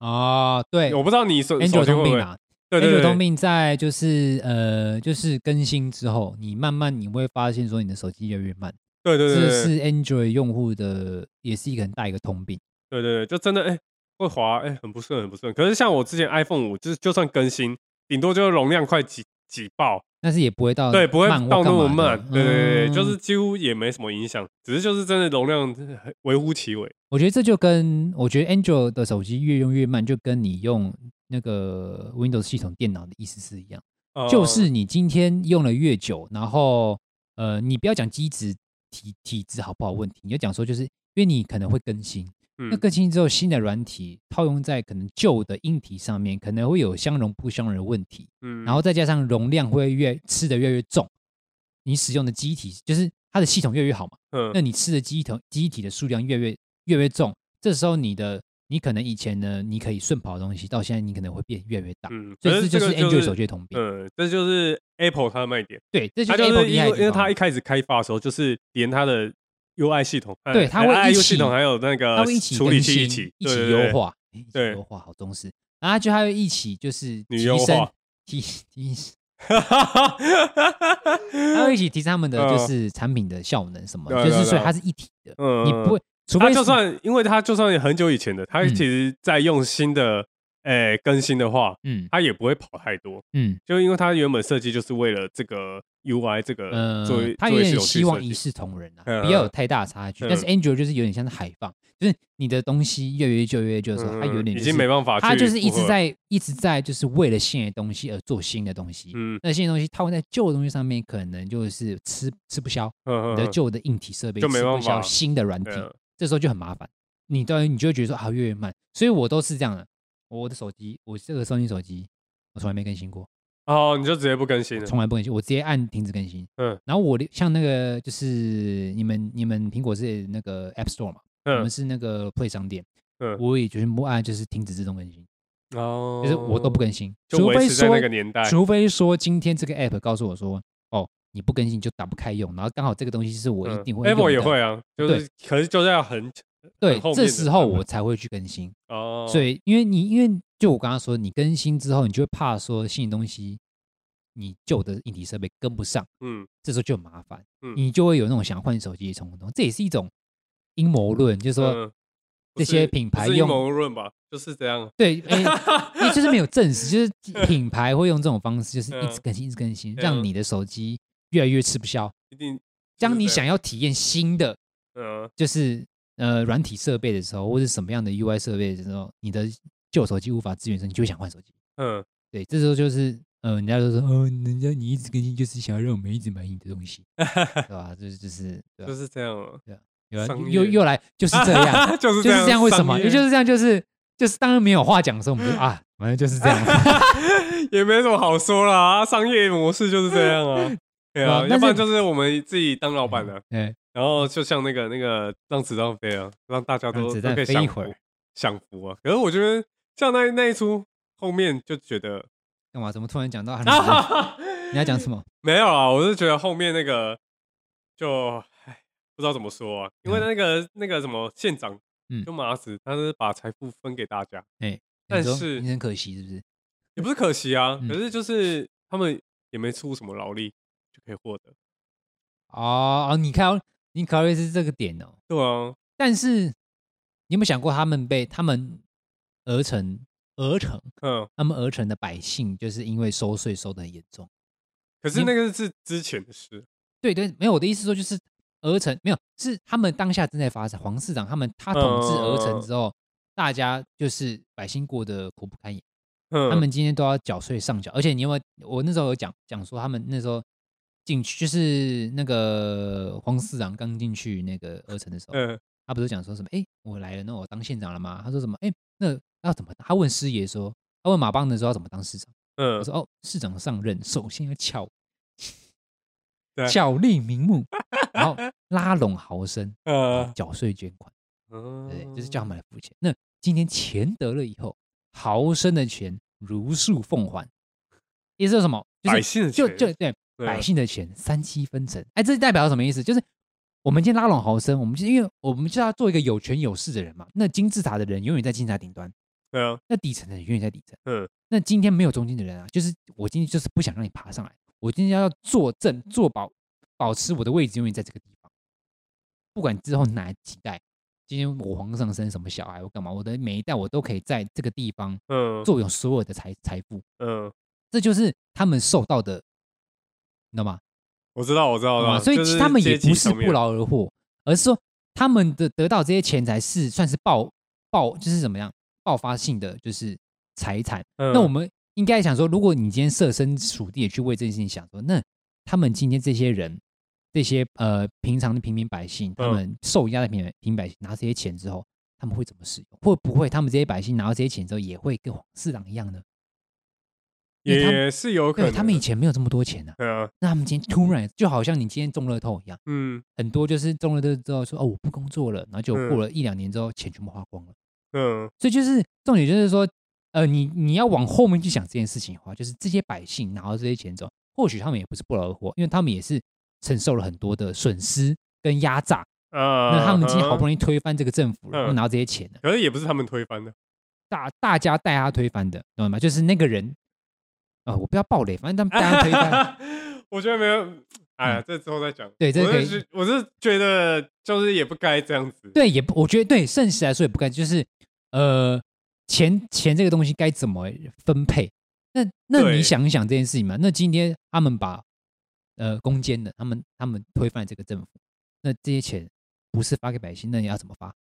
C: 哦，对
A: 我不知道你手手
C: ，Android
A: 机会
C: 通
A: 不
C: 病
A: 会，
C: 啊
A: 对对
C: ，Android
A: 对
C: 通，病在就是呃，就是更新之后，你慢慢你会发现说你的手机越来越慢，
A: 对对对，
C: 这
A: 对
C: 是 Android 用户的也是一个很大一个通病。
A: 对对对，就真的哎、会滑哎、很不顺很不顺。可是像我之前 iPhone 五，就是就算更新，顶多就是容量快挤挤爆，
C: 但是也不会到
A: 对，不会
C: 哦慢或
A: 到那
C: 干嘛
A: 么
C: 的
A: 慢。对对对，
C: 嗯
A: 就是几乎也没什么影响，只是就是真的容量很微乎其微。
C: 我觉得这就跟我觉得 Android 的手机越用越慢，就跟你用那个 Windows 系统电脑的意思是一样。
A: 呃
C: 就是你今天用了越久，然后呃，你不要讲机质体体质好不好问题，你就讲说就是因为你可能会更新，那
A: 嗯
C: 更新之后新的软体套用在可能旧的硬体上面，可能会有相容不相容的问题，
A: 嗯
C: 然后再加上容量会越吃的越来越重，你使用的机体就是它的系统越来越好嘛，
A: 嗯
C: 那你吃的机体机体的数量越来越越来越重，这时候你的你可能以前呢你可以顺跑的东西，到现在你可能会变越来越大。
A: 嗯，
C: 所
A: 可
C: 以
A: 这
C: 这就是
A: 个
C: Android 手机的通病。
A: 嗯，这就是 Apple 它的卖点，
C: 对，这就
A: 它
C: 是
A: 就
C: Apple
A: 是
C: 厉
A: 因
C: 害
A: 为
C: 的地
A: 因为它
C: 方
A: 一开始开发的时候，就是连它的 UI 系统，哎
C: 对它会
A: IU
C: 一起
A: 系统还有那
C: 它
A: 个
C: 会一起
A: 处
C: 更
A: 理
C: 新
A: 器
C: 一
A: 起
C: 一
A: 对
C: 起
A: 对
C: 优
A: 对 [LAUGHS]
C: 化，诶一起
A: 对
C: 优化，好重视。然后就还会一起就是
A: 女
C: 提
A: 优
C: 升
A: 化
C: 提提，它
A: 嗯
C: 会一起提升他们的就
A: 嗯
C: 是产品的效能什么，
A: 对
C: 就
A: 对
C: 是所以
A: 对
C: 它是一体的，
A: 嗯
C: 你不会，除
A: 他
C: 非
A: 就是算，因为他就算很久以前的，他
C: 嗯
A: 其实在用新的，诶、更新的话，
C: 嗯
A: 他也不会跑太多，
C: 嗯
A: 就因为他原本设计就是为了这个 UI 这个作
C: 呃
A: 为，
C: 它
A: 作为
C: 有
A: 系
C: 点
A: 统去
C: 希望一
A: 设计。
C: 视同仁啊，
A: 嗯
C: 不要有太大差距。但是
A: 嗯
C: Android 就是有点像是海放，就是你的东西越来越旧越来越旧的时候，它有
A: 嗯
C: 点
A: 已
C: 就
A: 经
C: 是
A: 没办法去符合，
C: 它就是一直在一直在就是为了新的东西而做新的东西。
A: 嗯，
C: 那新的东西套在旧的东西上面，可能就是吃吃不消，
A: 嗯
C: 你的旧的硬体设备
A: 就没
C: 吃不
A: 办
C: 消
A: 法
C: 新的软体，
A: 嗯
C: 这时候就很麻烦。你当然你就会觉得说啊，越来越慢。所以我都是这样的，我的手机，我这个三星手机，我从来没更新过，
A: 哦，你就直接不更新了，
C: 从来不更新，我直接按停止更新。
A: 嗯，
C: 然后我的像那个就是你们你们苹果是那个 App Store 嘛，我
A: 嗯
C: 们是那个 Play 商店，
A: 嗯，
C: 我也就是不按就是停止自动更新，
A: 哦，
C: 就是我都不更新，
A: 就
C: 除
A: 维
C: 非
A: 持在
C: 说
A: 那个年代，
C: 除非说今天这个 App 告诉我说，哦，你不更新就打不开用，然后刚好这个东西是我一
A: 嗯
C: 定会用的、
A: Apple 也会啊，就是可是就是要很
C: 对
A: 很后，面
C: 这
A: 的
C: 时候
A: 版本
C: 我才会去更新。
A: 哦，
C: 所以，因为你因为就我刚刚说，你更新之后，你就会怕说新的东西你旧的硬体设备跟不上，
A: 嗯，
C: 这时候就很麻烦
A: 嗯，
C: 你就会有那种想换手机的冲动。这也是一种阴谋论，就是说
A: 嗯
C: 这些品牌
A: 不是阴
C: 用
A: 谋论吧，就是这样。
C: 对，
A: [LAUGHS]
C: 哎，因为就是没有证实，就是品牌会用这种方式，就是一直
A: 嗯
C: 更新，一直更新，
A: 嗯
C: 让你的手机越来越吃不消。
A: 一定
C: 当你
A: 就是这
C: 想
A: 样
C: 要体验新的，
A: 嗯
C: 就是呃软体设备的时候，或是什么样的 UI 设备的时候，你的旧手机无法支援的时候，你就会想换手机。
A: 嗯
C: 对，这时候就是呃，人家就说，哦，人家你一直更新，就是想要让我们一直买你的
A: [LAUGHS]
C: 东西，对吧？就是就是对
A: 就
C: 吧？
A: 是这样了，
C: 有啊
A: 商业
C: 又又来，就是这样，，
A: [LAUGHS] 就是
C: 就是这样。为什么？
A: 商
C: 也
A: 业
C: 就是这样，就是就是当然没有话讲的时候，
A: [LAUGHS]
C: 我们就啊，反正就是这样。
A: 也没什么好说啦，啊商业模式就是这样
C: [LAUGHS]
A: 啊。对
C: 啊
A: 啊，
C: 但
A: 要
C: 是嗯
A: 不然就是我们自己 [LAUGHS] 当老板的，
C: [LAUGHS] 对，
A: 然后就像那个那个让子弹飞啊，让大家
C: 让
A: 都
C: 子
A: 都
C: 弹
A: 可以
C: 飞
A: 享
C: 一
A: 福
C: 会儿
A: 享福啊。可是我觉得像那那一出后面就觉得
C: 干嘛？怎么突然
A: [LAUGHS]
C: 讲到？
A: 啊，
C: 嗯你要讲什么？
A: 没有啊，我是觉得后面那个就唉不知道怎么说啊，因为
C: 嗯
A: 那个、那个什么县长，
C: 嗯
A: 就马子，他是把财富分给大家，但
C: 你说
A: 是
C: 你很可惜，是不是？
A: 也不是可惜啊，
C: 嗯
A: 可是就是他们也没出什么劳力就可以获得，
C: 哦哦，你看，你考虑是这个点哦。
A: 对啊，
C: 但是你有没有想过，他们被他们鹅城、鹅城、
A: 嗯，
C: 他们鹅城的百姓，就是因为收税收的很严重。
A: 可是
C: 你
A: 那个是之前的事，
C: 对对，没有我的意思说就是鹅城没有，是他们当下正在发展。黄市长他们他统治鹅城之后，大家就是百姓过得苦不堪言，
A: 嗯，
C: 他们今天都要缴税上缴，而且你有没有？我那时候有讲讲说，他们那时候进去就是那个黄市长刚进去那个鹅城的时候，
A: 嗯
C: 他不是讲说什么？哎，我来了，那我当县长了吗？他说什么？哎，那要怎么？他问师爷说，他问马帮的时候要怎么当市长？
A: 嗯
C: 我，说哦，市长上任首先要巧
A: 对
C: 巧立名目，然
A: [LAUGHS]
C: 后拉拢豪绅，
A: 呃，
C: 缴税捐款，对，
A: 嗯
C: 就是叫他们来付钱。那今天钱得了以后，豪绅的钱如数奉还，意思是什么？就
A: 百
C: 是
A: 姓的
C: 就
A: 钱
C: 就对
A: 对啊
C: 百姓的钱三七分成。哎，这代表什么意思？就是我们今天拉拢豪绅，我们就因为我们就要做一个有权有势的人嘛。那金字塔的人永远在金字塔顶端，
A: 对啊，
C: 那底层的人永远在底层。
A: 嗯，
C: 那今天没有中间的人啊，就是我今天就是不想让你爬上来，我今天要坐正坐保，保持我的位置永远在这个地方，不管之后哪几代，今天我皇上生什么小孩，我干嘛，我的每一代我都可以在这个地方
A: 嗯
C: 坐拥所有的财财富，
A: 嗯，
C: 这就是他们受到的，你知道吗？
A: 我知道我知道
C: 啊，
A: 了，
C: 所以
A: 就
C: 其他们
A: 阶
C: 也
A: 级
C: 不是
A: 上面
C: 不，劳而获，而是说他们的得到这些钱财是算是爆爆，就是怎么样爆发性的就是财产。
A: 嗯
C: 那我们应该想说，如果你今天设身处地的去为这件事情想说，那他们今天这些人，这些呃平常的平民百姓，他
A: 嗯
C: 们受压的平民平民百姓拿这些钱之后，他们会怎么使用？会不会他们这些百姓拿到这些钱之后，也会跟黄四郎一样呢？因为他们
A: 也是有可
C: 对，
A: 能，
C: 他们以前没有这么多钱啊，
A: 对啊，
C: 那他们今天突然就好像你今天中乐透一样。
A: 嗯
C: 很多就是中了之后说哦我不工作了，然后就
A: 嗯
C: 过了一两年之后钱全部花光了，
A: 嗯
C: 所以就是重点就是说，呃，你你要往后面去想这件事情的话，就是这些百姓拿到这些钱之后，或许他们也不是不劳而获，因为他们也是承受了很多的损失跟压榨。
A: 啊，
C: 那他们今天好不
A: 易，
C: 容易推翻这个政府了，
A: 嗯
C: 然后拿到这些钱了，
A: 可是也不是他们推翻的，
C: 大大家带他推翻的，懂吗？就是那个人，啊、我不要暴雷，反正他们带他推翻。
A: [LAUGHS]
C: 嗯
A: 我觉得没有，哎呀，这之后再讲。
C: 对这
A: 我
C: 可以
A: 是觉我是觉得就是也不该这样子。
C: 对，也不，我觉得对圣实来说也不该，就是呃，钱钱这个东西该怎么分配？那那
A: 对
C: 你想一想这件事情嘛？那今天他们把呃攻坚的，他们他们推翻这个政府，那这些钱不是发给百姓，那你要怎么发？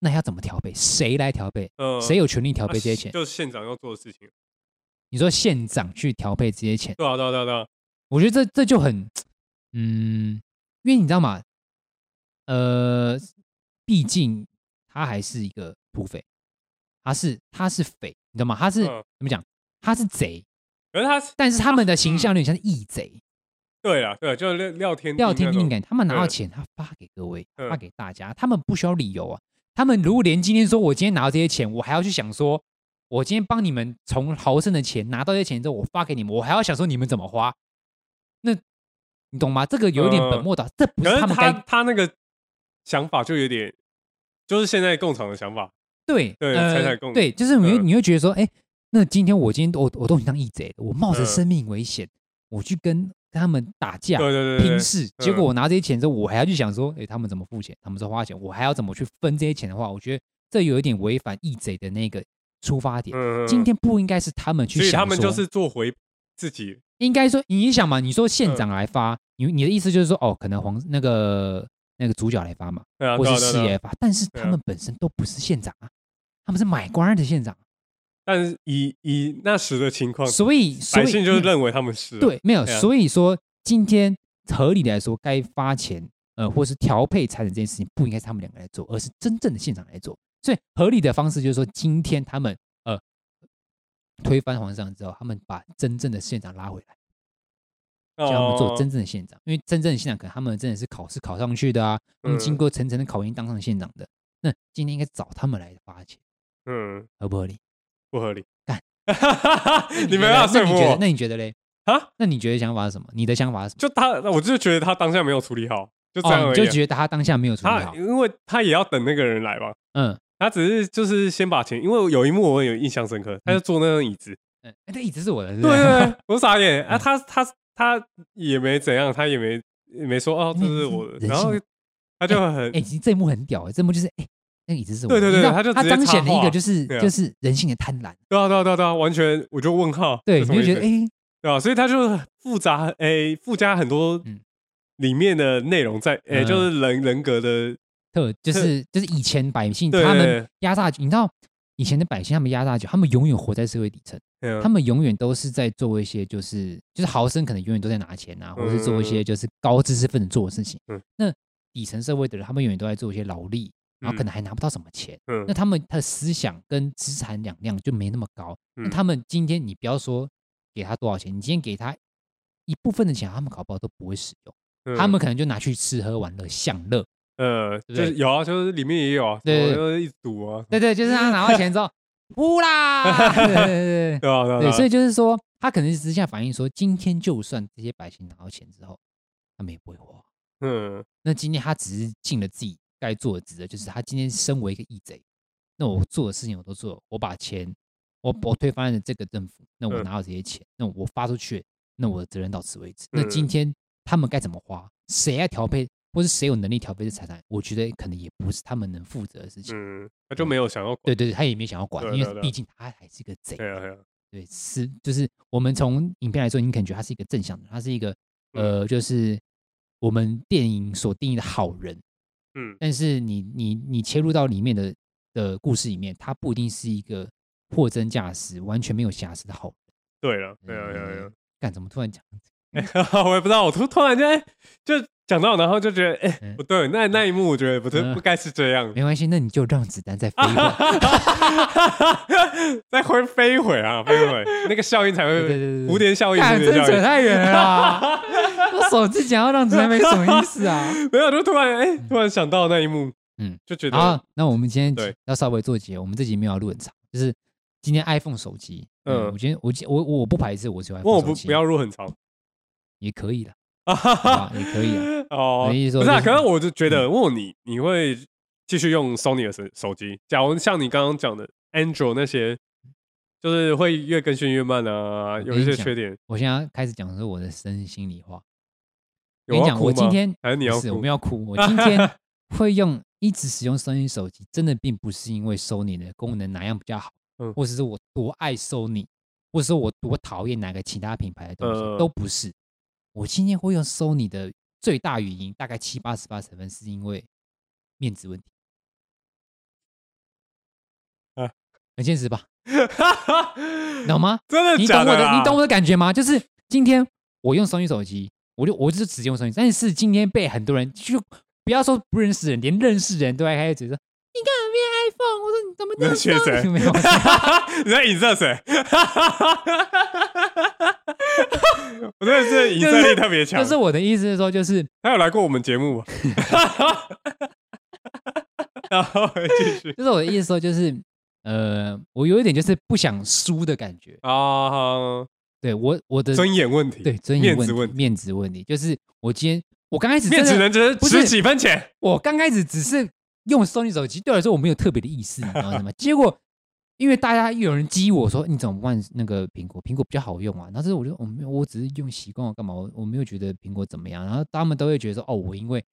C: 那要怎么调配？谁来调配？
A: 嗯，
C: 谁有权利调
A: 要
C: 配这些钱？
A: 就是县长要做的事情。
C: 你说县长去调配这些钱，
A: 对啊，对啊，对啊，对啊，
C: 我觉得这这就很，嗯，因为你知道吗？呃，毕竟他还是一个土匪，他是他是匪，你知道吗？他是、
A: 嗯
C: 怎么讲？他是贼，
A: 可是他是
C: 但是他们的形象有点像是义贼，
A: 对啦，对，就是廖廖天
C: 廖天
A: 那
C: 定
A: 种
C: 感。他们拿到
A: 嗯
C: 钱，他发给各位，
A: 嗯
C: 发给大家，他们不需要理由啊。他们如果连今天说我今天拿到这些钱，我还要去想说，我今天帮你们从豪盛的钱拿到这些钱之后，我发给你们，我还要想说你们怎么花。那你懂吗？这个有一点
A: 嗯
C: 本末倒，这不
A: 可
C: 是
A: 是
C: 他们该
A: 他他那个想法就有点，就是现在共产的想法。
C: 对
A: 对财产
C: 呃
A: 共
C: 对，就是你会
A: 嗯
C: 你会觉得说，哎，那今天我今天我我都已经当义贼了，我冒着
A: 嗯
C: 生命危险，我去跟跟他们打架
A: 对对对对
C: 拼
A: 对，
C: 事，
A: 嗯
C: 结果我拿这些钱之后，我还要去想说，哎，他们怎么付钱，他们怎么花钱，我还要怎么去分这些钱的话，我觉得这有一点违反义贼的那个出发点。
A: 嗯，嗯
C: 今天不应该是他们去
A: 所以
C: 想
A: 他们就
C: 说
A: 是做回自己，
C: 应该说你想嘛，你说县长来发，你你的意思就是说，哦，可能黄那个那个主角来发嘛，
A: 对啊，
C: 或
A: 对啊
C: 是市
A: 对啊对啊
C: 爷来发，但是他
A: 对啊
C: 们本身都不是县长啊，他们是买官的县长，啊
A: 但是以以那时的情况，
C: 所以所
A: 哦百
C: 以
A: 姓就是
C: 嗯
A: 认为他们是啊
C: 对，没有，
A: 对啊
C: 所以说今天合理来说，该发钱呃，或是调配财产这件事情，不应该是他们两个来做，而是真正的现场来做。所以合理的方式就是说，今天他们呃推翻皇上之后，他们把真正的县长拉回来，
A: 哦
C: 叫他们做真正的
A: [LAUGHS]
C: 县长，因为真正的县长可能他们真的是考试考上去的啊，他们经
A: 嗯
C: 过层层的考验当上县长的。那今天应该找他们来发钱，
A: 嗯
C: 合不合理？
A: 不合理，
C: 干，
A: 你没办法
C: 那
A: 说
C: 你
A: 服
C: 觉得？那
A: 我
C: 你觉得嘞？
A: 啊，
C: 那你觉得想法是什么？你的想法是什
A: 就他，我就觉得他当下没有处理好，就这
C: 么？
A: 样而
C: 哦，你
A: 已
C: 就
A: 啊。
C: 觉得他当下没有处理
A: 他
C: 好？
A: 因为他也要等那个人来嘛，
C: 嗯，
A: 他只是就是先把钱，因为有一幕我有印象深刻，他就坐那张椅子，
C: 嗯，哎那椅子是我的，对
A: 对对，对，我傻眼啊！
C: 嗯
A: 他他他也没怎样，他也没也没说哦，这是我的，
C: 人性
A: 然后他就很
C: [LAUGHS] 哎，其实这一幕很屌，这一幕就是哎，那个椅子是我
A: 对
C: 的，
A: 对
C: 你
A: 对
C: 知道
A: 他就
C: 他
A: 直接
C: 彰显了
A: 插
C: 一
A: 话
C: 个就是
A: 对啊
C: 就是人性的贪婪，
A: 对啊对啊对啊对啊，完全我就问号，这
C: 对，你
A: 什么意
C: 就觉得
A: 思
C: 哎，
A: 对啊，所以他就很复杂哎，附加很多
C: 嗯
A: 里面的内容在哎，
C: 嗯
A: 就是人人格的
C: 特就是就是以前百姓
A: 对
C: 他
A: 对
C: 们
A: 对
C: 压榨，你知道以前的百姓他们压榨酒，他们永远活在社会底层，
A: 嗯
C: 他们永远都是在做一些就是就是豪绅可能永远都在拿钱啊，或是做一些就是高知识分子做的事情
A: 嗯，
C: 那底层社会的人他们永远都在做一些劳力，然后可能还拿不到什么钱。
A: 嗯
C: 那他们他的思想跟资产两量就没那么高。那
A: 嗯
C: 他们今天你不要说给他多少钱，你今天给他一部分的钱，他们搞不好都不会使用，
A: 嗯
C: 他们可能就拿去吃喝玩乐享乐。
A: 呃，
C: 对不
A: 就
C: 对
A: 是有啊，就是里面也有啊，
C: 对对对
A: 我就是一直赌啊，
C: 对对，就是他拿到钱之后，呼啦， [LAUGHS] 对对
A: [LAUGHS]
C: 对对
A: 对啊对啊，
C: 对，所
A: 以
C: 以就是说，他可能是私下反映说，今天就算这些百姓拿到钱之后，他们也不会花。
A: 嗯
C: 那今天他只是尽了自己该做的职责，就是他今天身为一个义贼，那我做的事情我都做了，我把钱，我我推翻了这个政府，那我
A: 嗯
C: 拿到这些钱，那我发出去，那我的责任到此为止。那
A: 嗯
C: 今天他们该怎么花，谁来调配，或是谁有能力调配这财产，我觉得可能也不是他们能负责的事情。
A: 嗯，他就没有想要管，
C: 对对对，他也没想要管
A: 对，啊
C: 因
A: 对啊
C: 为
A: 对啊
C: 毕竟他还是个贼。
A: 对啊对啊，
C: 对，是就是我们从影片来说，你可能觉得他是一个正向的，他是一个
A: 嗯
C: 呃，就是我们电影所定义的好人。
A: 嗯
C: 但是你你你切入到里面的的故事里面，他不一定是一个货真价实、完全没有瑕疵的好人。
A: 对了对啊对啊对啊。
C: 干怎么突然讲？嗯
A: [LAUGHS] 我也不知道，我突突然间哎就讲到，然后就觉得哎、
C: 嗯
A: 不对，那那一幕我觉得不对，
C: 嗯
A: 不该是这样，
C: 没关系，那你就让子弹再飞一会儿。
A: [LAUGHS] 再回飞一会啊，飞一会，那个效应才
C: 对
A: 会
C: 对对对，
A: 蝴蝶效应，蝴
C: 干
A: 蝶
C: 真
A: 效
C: 扯
A: 应。
C: 太远了
A: [LAUGHS]
C: 啦！我手机讲要让子弹飞什么意思啊？
A: 没有，就突然哎、突然想到那一幕，
C: 嗯
A: 嗯，就觉得
C: 好，那我们今天
A: 对
C: 要稍微做结，我们这集没有录很长，就是今天 iPhone 手机，嗯，
A: 嗯
C: 我今天我今我我不排斥我喜欢
A: 问我
C: iPhone 手
A: 不
C: 机，
A: 不要入很长
C: 也可以的，
A: 啊，
C: 好吧 [LAUGHS] 也可以啊。
A: 哦
C: 我的意思，说
A: 不是啊，
C: 就是嗯
A: 可是我就觉得问你，你会继续用 Sony 的手手机？假如像你刚刚讲的 Android 那些，就是会越更新越慢啊，有一些缺点。
C: 我现在要开始讲说我的真心里话，
A: 有
C: 跟你
A: 要
C: 讲，
A: 哭
C: 我今
A: 吗
C: 天
A: 还是你
C: 不
A: 要
C: 是我
A: 哭
C: 没有哭，我今
A: [LAUGHS]
C: 天会用一直使用 Sony 手机，真的并不是因为 Sony 的功能哪样比较好，
A: 嗯
C: 或者是我多爱 Sony，或者是我多讨厌哪个其他品牌的东西，
A: 呃
C: 都不是。我今天会用 Sony 的最大原因，大概七八十八成分是因为面子问题。
A: 啊
C: 很现实吧，
A: [LAUGHS] 真
C: 懂吗？
A: 的 [LAUGHS]
C: 你
A: 假
C: 懂我
A: 的啦？
C: 的，你懂我的感觉吗？就是今天我用 Sony 手机，我就我就只用 Sony，但是今天被很多人就不要说不认识人，连认识人都在开始说你干嘛变 iPhone？我说你怎么
A: [LAUGHS] 你在学谁
C: 这样说？没有，
A: [LAUGHS] 你在影射谁？ [LAUGHS] 我真的是影射力特别强。
C: 就是我的意思是说，就是
A: 他有来过我们节目吗？ [LAUGHS] 然后继续 [LAUGHS]
C: 就是我的意思说，就是呃，我有一点就是不想输的感觉。
A: 啊，好
C: 对我我的
A: 尊严问题，
C: 对尊严
A: 面
C: 问
A: 子
C: 题
A: 问题，
C: 面子问题，就是我今天我刚开
A: [LAUGHS]
C: 始
A: 面
C: 真的
A: 子能值
C: 不是
A: 值几分钱？ [LAUGHS]
C: 我刚开始只是用 Sony 手机，对我来说我没有特别的意思，你知道吗？结果因为大家有人激我说你怎么换那个苹果，苹果比较好用啊。但是我就我没有，我只是用习惯了干嘛，我我没有觉得苹果怎么样。然后他们都会觉得说哦，我因为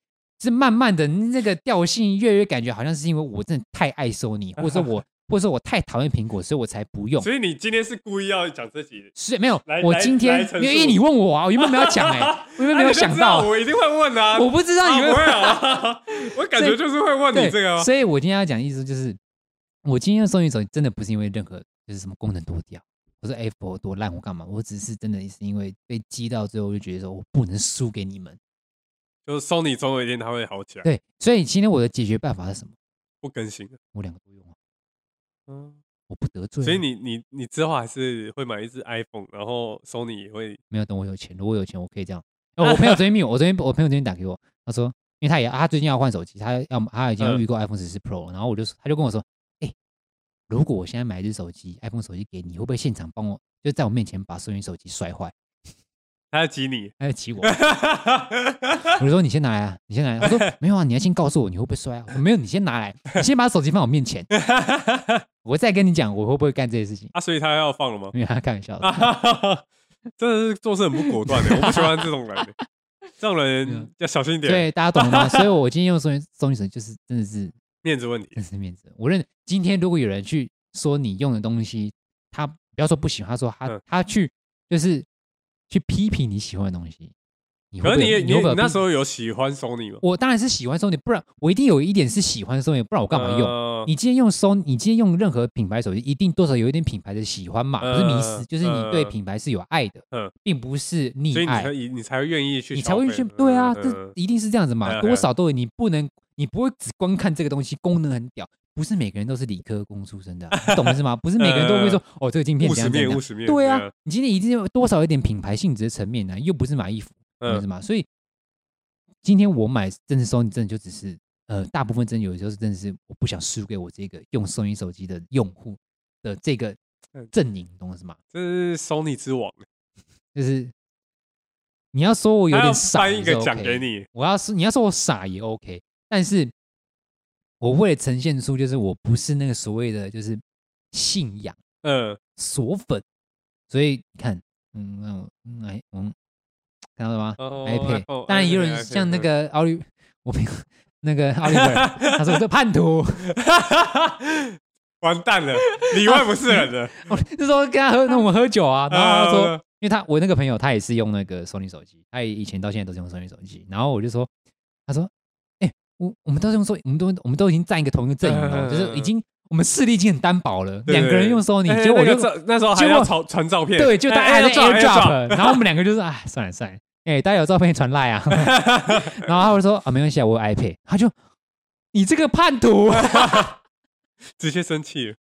C: 是慢慢的那个调性越来越感觉好像是因为我真的太爱 Sony，或者说
A: [LAUGHS]
C: 我或者说我太讨厌苹果，所以我才不用。
A: 所以你今天是故意要讲这集的？
C: 是没有
A: 来，
C: 我
A: 来
C: 今
A: 来
C: 天
A: 陈
C: 因为因为
A: 述
C: 你问我啊，我原本没有
A: [LAUGHS]
C: 讲哎、我原本没有
A: 啊你就
C: 想
A: 知道
C: 到，
A: 我一定会问啊！
C: [LAUGHS] 我不知道
A: 啊
C: 你
A: 不
C: 们
A: 会
C: [LAUGHS]
A: 啊，我感觉就是会问 [LAUGHS]
C: 对，
A: 你这个啊。
C: 所以我今天要讲的意思就是，我今天用送一手真的不是因为任何就是什么功能多屌，我说 Apple 多烂，我干嘛？我只是真的是因为被激到最后，我就觉得说我不能输给你们。
A: 就是 Sony 总有一天它会好起来，
C: 对，所以今天我的解决办法是什么？
A: 不更新了。
C: 我两个都用啊，
A: 嗯，
C: 我不得罪啊。
A: 所以你你你之后还是会买一只 iPhone，然后 Sony 也会
C: 没有等我有钱，如果我有钱，我可以这样。哦，我朋友昨天密我，我昨天我朋友昨天打给我，他说，因为他也他最近要换手机，他要他已经要
A: 嗯
C: 预购 iPhone 十四 Pro，、然后我就他就跟我说，哎、如果我现在买一只手机，iPhone 手机给你，会不会现场帮我，就在我面前把收银手机摔坏，
A: 它要挤你。 [LAUGHS]
C: 他就哎骑我？我就说你先拿来啊，你先拿来。
A: [LAUGHS]
C: 他说没有啊，你要先告诉我你会不会摔啊。我说没有，你先拿来，你先把手机放我面前，我再跟你讲我会不会干这些事情。
A: 啊，所以它要放了吗？ [LAUGHS]
C: 没有，他开玩笑的。
A: 啊，真的是做事很不果断的，我不喜欢这种人欸，这种
C: [LAUGHS]
A: 人要小心一点，
C: 对，大家懂了吗？所以我今天用收银收银手机就是真的是
A: 面子问题。
C: 真是面子。我认今天如果有人去说你用的东西，他不要说不喜欢，他说他、
A: 嗯
C: 他去就是去批评你喜欢的东西，你会
A: 可是
C: 不会
A: 你也你
C: 会
A: 也
C: 不会
A: 你那
C: 批
A: 时候有喜欢 Sony 吗？
C: 我当然是喜欢 Sony，不然我一定有一点是喜欢 Sony，不然我干嘛用？
A: 用
C: 你今天用 Sony，你今天用任何品牌手机，一定多少有一点品牌的喜欢嘛，不是迷失，
A: 嗯
C: 就是你对
A: 嗯
C: 品牌是有爱的，
A: 嗯
C: 并不是
A: 所以
C: 溺
A: 你才
C: 爱，
A: 你才会愿意去
C: 你才
A: 消费，
C: 会去对啊，
A: 嗯
C: 这一定是这样子嘛，
A: 嗯
C: 多少都有，你不能，你不会只光看这个东西功能很屌，不是每个人都是理科工出身的啊、你懂我意思吗？不是每个人都会
A: [LAUGHS] 嗯
C: 说哦，这个镜片
A: 务实
C: 怎样怎
A: 面
C: 样
A: 务，实面，嗯
C: 对啊，你今天一定有多少有点品牌性质的层面呢、啊又不是买衣服，
A: 嗯
C: 嗯，是吗？所以今天我买真的 Sony 真的就只是呃，大部分真的有的时候是真的是我不想输给我这个用 Sony 手机的用户的这个
A: 嗯
C: 阵营，懂我意思吗？
A: 这是 Sony 之王，
C: 就是你要说我有
A: 他要
C: 点傻
A: 颁
C: 也
A: 一
C: 是 OK，
A: 个奖给你，
C: 我要是你要说我傻也 OK，但是我为了呈现出就是我不是那个所谓的就是信仰。
A: 嗯， [LAUGHS]
C: 锁粉，所以你看，嗯，那我嗯哎，嗯，看到了吗、
A: 哦嗯
C: i p a d
A: iPhone，
C: 当然也有
A: iPad，
C: 人像那
A: iPad，
C: 个奥利，我朋友那个奥利尔，他说我是叛徒，
A: 完蛋了，里外不是人了，
C: 我那时候跟他喝，那我们喝酒啊，然 [LAUGHS] 后他说，
A: 啊
C: 因为他我那个朋友他也是用那个 Sony 手机，他也以前到现在都是用 Sony 手机，然后我就说，他说，哎、我我们都是用 Sony，我们都我们都已经站一个同一个阵营了，就是已经我们势力已经很单薄了，
A: 对
C: 两个人用 Sony，
A: 哎
C: 结果我
A: 那
C: 就
A: 个照那时候还
C: 结
A: 要
C: 果
A: 传传照片，
C: 对，就大家
A: 哎
C: 还在
A: AirDrop，
C: AirDrop，然后我们两个就是哎，算了算了，哎，大家有照片传
A: [LAUGHS]
C: 赖啊，然后他就说啊，没关系啊，我有 iPad，他就你这个
A: [LAUGHS]
C: 叛徒，
A: 直接生气了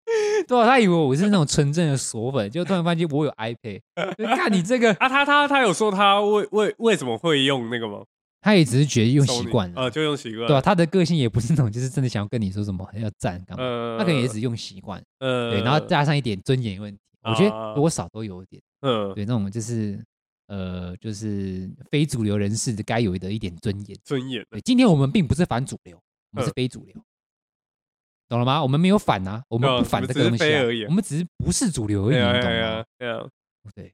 C: 对啊吧？他以为我是那种纯正的锁粉，就突然发现我有 iPad，就看你这个，
A: 啊！他他他有说他为为为什么会用那个吗？
C: 他也只是觉得用习
A: Sony，
C: 惯了
A: 呃，，就用习惯，
C: 对吧？啊他的个性也不是那种就是真的想要跟你说什么要赞干嘛，
A: 呃，
C: 他可能也只用习惯，
A: 呃，
C: 对，然后加上一点尊严问题，我觉得
A: 啊
C: 多少都有一点，
A: 嗯，
C: 对，那种就是。呃，就是非主流人士的该有的一点尊严，
A: 尊严
C: 对，今天我们并不是反主流，我们是
A: 嗯
C: 非主流，懂了吗？我们没有反啊，我
A: 对啊
C: 们不反
A: 我
C: 这
A: 们只
C: 个东
A: 是
C: 西
A: 非
C: 啊
A: 而已啊
C: 我们只是不是主流而已，
A: 对啊
C: 你
A: 对
C: 懂
A: 啊
C: 吗？
A: 对啊，
C: 对，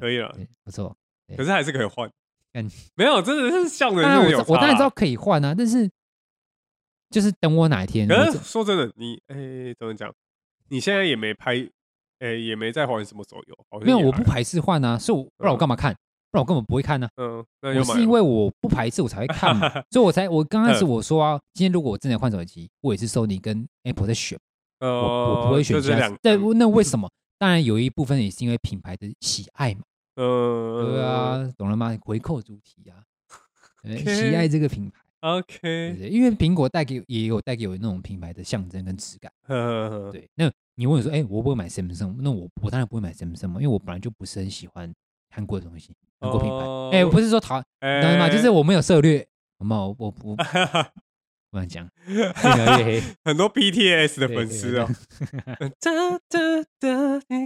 A: 可以了，
C: 对，不错。
A: 可是还是可以换
C: 干。
A: 没有，真的是像人
C: 当然
A: 真
C: 我
A: 的
C: 知
A: 有
C: 道我
A: 差
C: 当然知道
A: 啦。
C: 可以换啊，但是就是等我哪一天，我
A: 可
C: 这
A: 是说真的，你哎，怎么讲？你现在也没拍，哎，也没在玩什么手游，好像
C: 没有
A: 也
C: 我
A: 还
C: 不排斥换啊，所以我不然我干嘛看？不然我根本不会看呢。
A: 嗯，那
C: 我
A: 又买
C: 是因
A: 了嗯
C: 为我不排斥我才会
A: [LAUGHS]
C: 看嘛，所以我才我刚开始我说啊，今天如果我真的换手机，我也是 Sony 跟 Apple 在选。
A: 呃，
C: 我我不会选
A: 就
C: 其
A: 这
C: 他
A: 两，嗯
C: 但那为什么？当然有一部分也是因为品牌的喜爱嘛，
A: 嗯，
C: 对啊，懂了吗？回扣主体
A: [LAUGHS]
C: 啊，对
A: OK
C: 喜爱这个品牌，对不
A: 呃，OK，
C: 对？因为苹果带给也有带给我那种品牌的象征跟质感，
A: 呃，
C: 对。那你问我说，哎，我会不会买 Samsung？那我我当然不会买 Samsung 嘛，因为我本来就不是很喜欢韩国的东西，韩国品牌。
A: 哦
C: 哎，不是说讨，
A: 哎，
C: 懂了吗？就是我没有涉略，好吗？我我
A: [LAUGHS]
C: 不不敢讲，越描越黑。
A: 很多 BTS 的
C: 对
A: 粉
C: 对
A: 丝
C: 对
A: 啊， [LAUGHS] 哒哒哒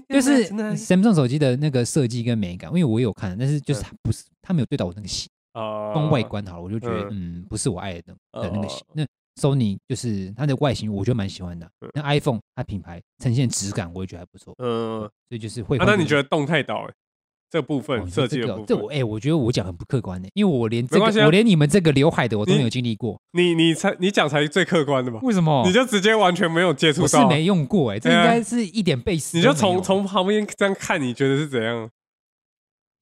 C: 就是
A: tonight
C: Samsung 手机的那个设计跟美感，因为我也有看，但是
A: 嗯
C: 就是它不是，它没有对到我那个喜
A: 啊，
C: [LAUGHS] 光外观好了，我就觉得
A: 嗯呃
C: 嗯，不是我爱的那的那个喜。那 Sony 就是它的外形，我觉得蛮喜欢的
A: 嗯。
C: 那 iPhone 它品牌呈现质感，我也觉得还不错。
A: 嗯，啊
C: 所以就是会换这
A: 那
C: 种。
A: 你觉得动态岛欸这部
C: 哦
A: 分
C: 你说
A: 设计的
C: 这个
A: 部
C: 这我
A: 分，
C: 哎、我觉得我讲很不客观的、因为我连这
A: 没
C: 个、
A: 关系啊
C: 我连你们这个刘海的我都
A: 你
C: 没有经
A: [LAUGHS]
C: 历过。
A: 你你才你讲才是最客观的嘛？
C: 为什么
A: 你就直接完全没有接触
C: 哦我是
A: 到啊，
C: 没用过哎、这应
A: 对啊
C: 该是一点 base
A: 你
C: 都
A: 就
C: 没
A: 从
C: 有
A: 从旁边这样看，你觉得是怎样？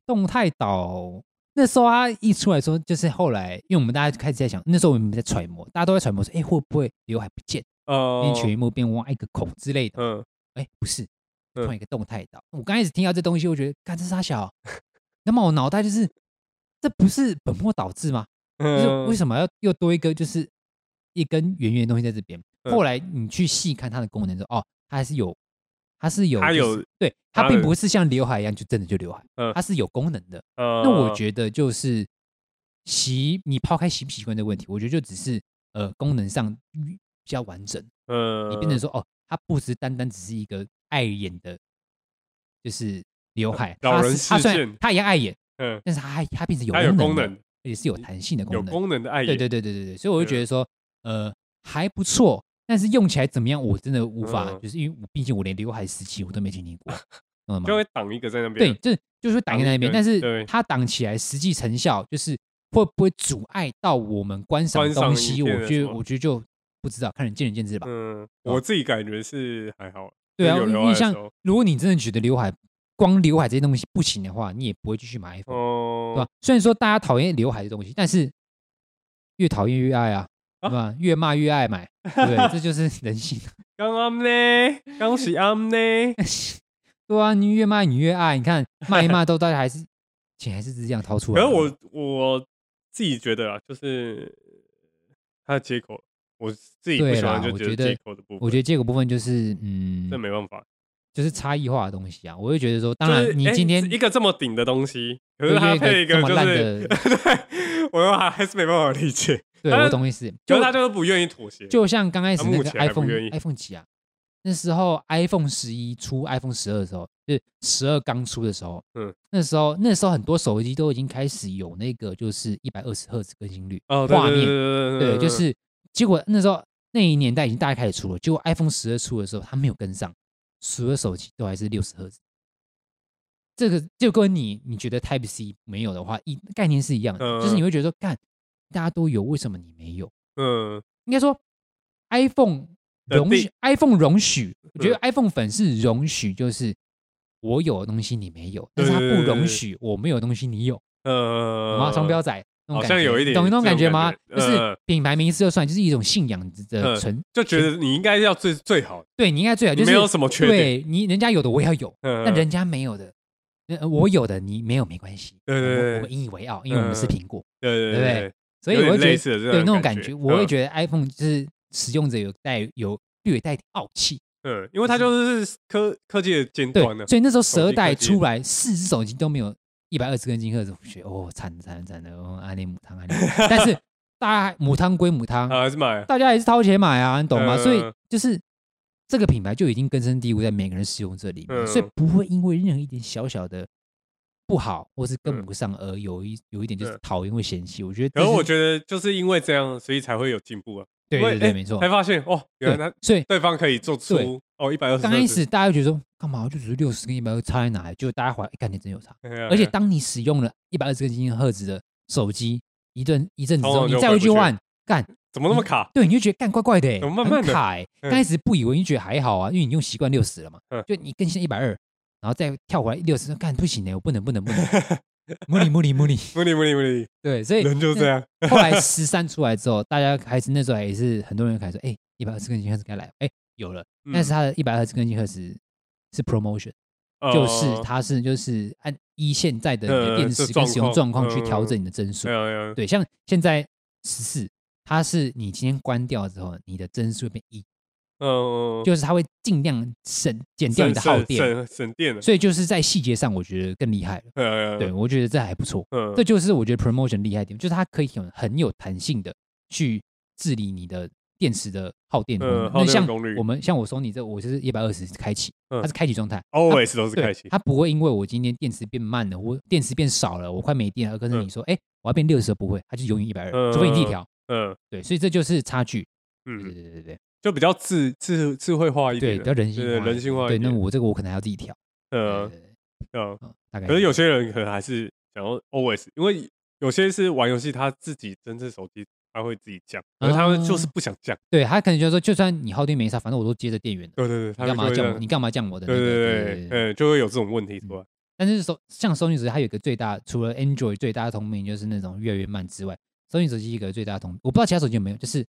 C: 动态岛那时候它一出来说，就是后来因为我们大家开始在想，那时候我们在揣摩，大家都在揣摩说，哎、会不会刘海不见，
A: 呃
C: 变，全一幕变挖一个孔之类的？
A: 嗯，
C: 哎、不是，
A: 嗯
C: 换一个动态岛。我刚开始听到这东西，我觉得，干这是啥小？啊那么我脑袋就是，这不是本末倒置吗？就是为
A: 嗯
C: 什么要又多一个就是一根圆圆的东西在这边？
A: 嗯
C: 后来你去细看它的功能之后，哦，它还是有，它是有、
A: 它
C: 就是
A: 有
C: 对，它
A: 它
C: 并
A: 的
C: 不是像刘海一样就真的就刘海，
A: 嗯
C: 它是有功能的。
A: 呃，
C: 那我觉得就是习，你抛开习不习惯这个问题，我觉得就只是呃功能上比较完整，
A: 得，呃，
C: 你变成说哦，它不是单单只是一个碍眼的，就是刘海，
A: 呃老
C: 它
A: 人
C: 是它
A: 视
C: 虽然
A: 线
C: 它一样碍眼，
A: 嗯，
C: 但是它还它变成有
A: 它有
C: 功
A: 功
C: 的
A: 能，
C: 而且是有弹性的功
A: 有
C: 能，
A: 功能的爱
C: 对对对对对对，所以我就觉得说，呃，还不错，但是用起来怎么样，我真的无法，
A: 嗯
C: 就是因为我毕竟我连刘海时期我都没经历
A: [LAUGHS]
C: 过，懂了吗
A: 就？会挡一个在那边
C: 对，，这就是挡
A: 挡
C: 在那
A: 一
C: 边，
A: 个
C: 但是
A: 对
C: 它挡起来实际成效就是会不会阻碍到我们观赏
A: 观赏
C: 东
A: 影
C: 西？
A: 片
C: 我
A: 的
C: 觉
A: 什
C: 得
A: 么
C: 我觉得就不知道，看人见仁见智吧。
A: 嗯，
C: 哦
A: 我自己感觉是还好，
C: 对啊，
A: 就有
C: 因
A: 刘海
C: 为
A: 的
C: 像
A: 时候
C: 如果你真的觉得刘海光刘海这些东西不行的话，你也不会继续买 iPhone，、对
A: 哦
C: 吧，？虽然说大家讨厌刘海的东西，但是越讨厌越爱啊，
A: 啊
C: 对吧？越骂越爱买，对不对？这就是 [LAUGHS] 人性。
A: 刚刚呢，刚是刚呢，
C: [LAUGHS] 对啊，你越骂你越爱，你看骂一骂都大家还是钱还是这样掏出
A: 可
C: 来
A: 是
C: 的。
A: 我我自己觉得啊，就是它的接口，我自己不
C: 对
A: 喜欢
C: 啦
A: 就
C: 我
A: 觉
C: 觉得
A: 接口的部分，
C: 我觉得这个部分就是嗯
A: 这，没办法。
C: 就是差异化的东西啊，我就觉得说，当
A: 就是
C: 然你
A: 诶
C: 今天
A: 一个这么顶的东西，可是
C: 对
A: 它
C: 就一个
A: 配一个
C: 这么
A: 就
C: 烂
A: 是， [LAUGHS] 对，我还还是没办法理解。
C: 对
A: 当然
C: 我懂意思，
A: 就
C: 就是
A: 他就是不愿意妥协，
C: 就像刚开始
A: 他
C: 那
A: 目
C: 个
A: 前还不
C: iPhone
A: 愿意
C: iPhone 几啊，那时候 iPhone 十一出 iPhone 十二的时候，就是十二刚出的时候，嗯
A: 嗯，
C: 那时候那时候很多手机都已经开始有那个就是一百二十赫兹更新率
A: 哦，对
C: 画面，
A: 对
C: 对，
A: 对，
C: 就
A: 对
C: 是结果那时候那一年代已经大家开始出了，结果 iPhone 十二出的时候，它没有跟上，所有手机都还是六十赫兹。这个就跟你你觉得 Type C 没有的话，一概念是一样的，就是你
A: 嗯
C: 会觉得说，干大家都有，为什么你没有？
A: 嗯，
C: 应该说 iPhone
A: 的
C: 容
A: 地
C: 许 iPhone 容许，我觉得
A: 嗯
C: iPhone 粉是容许，就是我有的东西你没有，但是它
A: 对对
C: 不
A: 对对
C: 容
A: 对
C: 许我没有的东西你有。
A: 呃，
C: 啊，双标仔，那种
A: 好
C: 感
A: 像
C: 觉
A: 有一
C: 你
A: 点
C: 懂那种
A: 这
C: 感
A: 种
C: 觉吗？
A: 感觉
C: 就是
A: 呃
C: 品牌名字就算，就是一种信仰的
A: 呃
C: 存，
A: 就觉得你应该要最最好，
C: 对你应该最好就
A: 你
C: 是
A: 没有什么缺点，
C: 对你人家有的我也要有，
A: 嗯，
C: 那人家没有的，呃我有的你没有没关系，
A: 对对
C: 我
A: 对
C: 我们引以为傲，因为我们
A: 嗯
C: 是苹果，
A: 对
C: 对不对
A: 对，
C: 所以
A: 有
C: 我会
A: 点类
C: 觉
A: 似的这
C: 得对那
A: 种
C: 种
A: 感
C: 感觉，
A: 觉
C: 我会
A: 嗯
C: 觉得 iPhone 就是使用者有带有略带傲气，
A: 嗯，因为它就是科科技的尖
C: 对
A: 端啊呢，，
C: 所以那时候十
A: 手
C: 二
A: 机
C: 代
A: 科技 [LAUGHS]
C: 出来，四只手机都没有一百二十根金赫兹，我觉得哦惨惨惨的，哦安利母汤安利母汤，但是大家母汤归母汤，
A: 啊，还是买
C: 大家也是掏钱买啊，你懂吗？
A: 嗯
C: 所以就是这个品牌就已经根深蒂固在每个人使用者里面，
A: 嗯
C: 所以不会因为任何一点小小的不好或是跟不上而有一有一点就是
A: 嗯
C: 讨厌或嫌弃。我觉得这
A: 可
C: 是，
A: 是我觉得就是因为这样，所以才会有进步啊。
C: 对
A: 因为
C: 对对，
A: 哎
C: 没错
A: 才。发现哦，
C: 对
A: 原来他
C: 所以
A: 对方可以做
C: 对
A: 出哦一百二十。
C: 刚开始大家会觉得说干嘛，我就只是六十跟一百二差在哪里？就大家怀疑，哎感觉真有差。
A: 哎呀，
C: 而且当你使用了一百二十根赫兹的手机一阵一阵子之
A: 通常
C: 后，你
A: 就
C: 再
A: 回
C: 回去
A: 不去
C: 换，干
A: 怎么那么卡？
C: 对，你就觉得干怪怪的、欸，
A: 怎么慢慢
C: 很
A: 的
C: 卡、欸。
A: 嗯
C: 刚开始不以为意，觉得还好啊，因为你用习惯六十了嘛，
A: 嗯
C: 就你更新一百二，然后再跳回来六十，干不行欸呢、我不能不能不能，木里木里
A: [LAUGHS]
C: 木里。
A: 不理不理不理，
C: 对，所以
A: 人就这样。
C: 那。后来十三出来之后，大家开始那时候也是很多人开始说，哎、一百二十根新赫兹该来了，哎、有了，但是它的一百二十根新赫兹是 promotion，、
A: 嗯
C: 就是
A: 哦
C: 它是就是按依现在的你
A: 嗯
C: 的电
A: 是
C: 池跟使用状
A: 状况
C: 况去调
A: 嗯
C: 整你的帧数
A: 没。有没有，
C: 对，像现在十四，它是你今天关掉之后，你的帧数会变一，
A: 嗯，
C: 就是它会尽量省减掉你的
A: 省
C: 耗电，
A: 省省电了。
C: 所以就是在细节上，我觉得更厉害了。
A: 嗯
C: 对，，我觉得这还不错，
A: 嗯
C: 这就是我觉得 promotion 厉害的地方，就是它可以很很有弹性的去治理你的电池的耗电功
A: 嗯
C: 能。
A: 耗
C: 那
A: 电
C: 像
A: 功率
C: 我们像我说你这，我就是一百二十开启，它
A: 嗯
C: 是开启状态，
A: always 都是
C: 对
A: 开启。
C: 它不会因为我今天电池变慢了，我电池变少了，我快没电了，跟着
A: 嗯
C: 你说，哎，我要变六十，不会，它就永远一百二，除非你自己
A: 嗯
C: 调。
A: 嗯
C: 对，所以这就是差距。对对
A: 嗯，
C: 对对对
A: 就比较智智智慧化一
C: 对，
A: 点
C: 比
A: 的，
C: 较人性
A: 对
C: 化，
A: 人性化一
C: 对，那
A: 点
C: 我这个我可能还要自己调。
A: 呃
C: 对，对对
A: 嗯。
C: 嗯大概
A: 可是有些人可能还是想要 always，因为有些是玩游戏他自己真正手机他会自己降，可是他们就是
C: 啊
A: 不想降。
C: 对他可能就说，就算你耗电没啥，反正我都接着电源的，
A: 对对对，他
C: 你
A: 们就
C: 干嘛
A: 会这
C: 降我？
A: 样
C: 你。干嘛降我的那
A: 对
C: 个？
A: 对对，嗯，就会有这种问题出来。
C: 但是手像 Sony 手机，它有一个最大，除了 Android 最大的通病就是那种越来越慢之外，Sony 手机一个最大的通病，我不知道其他手机有没有，就是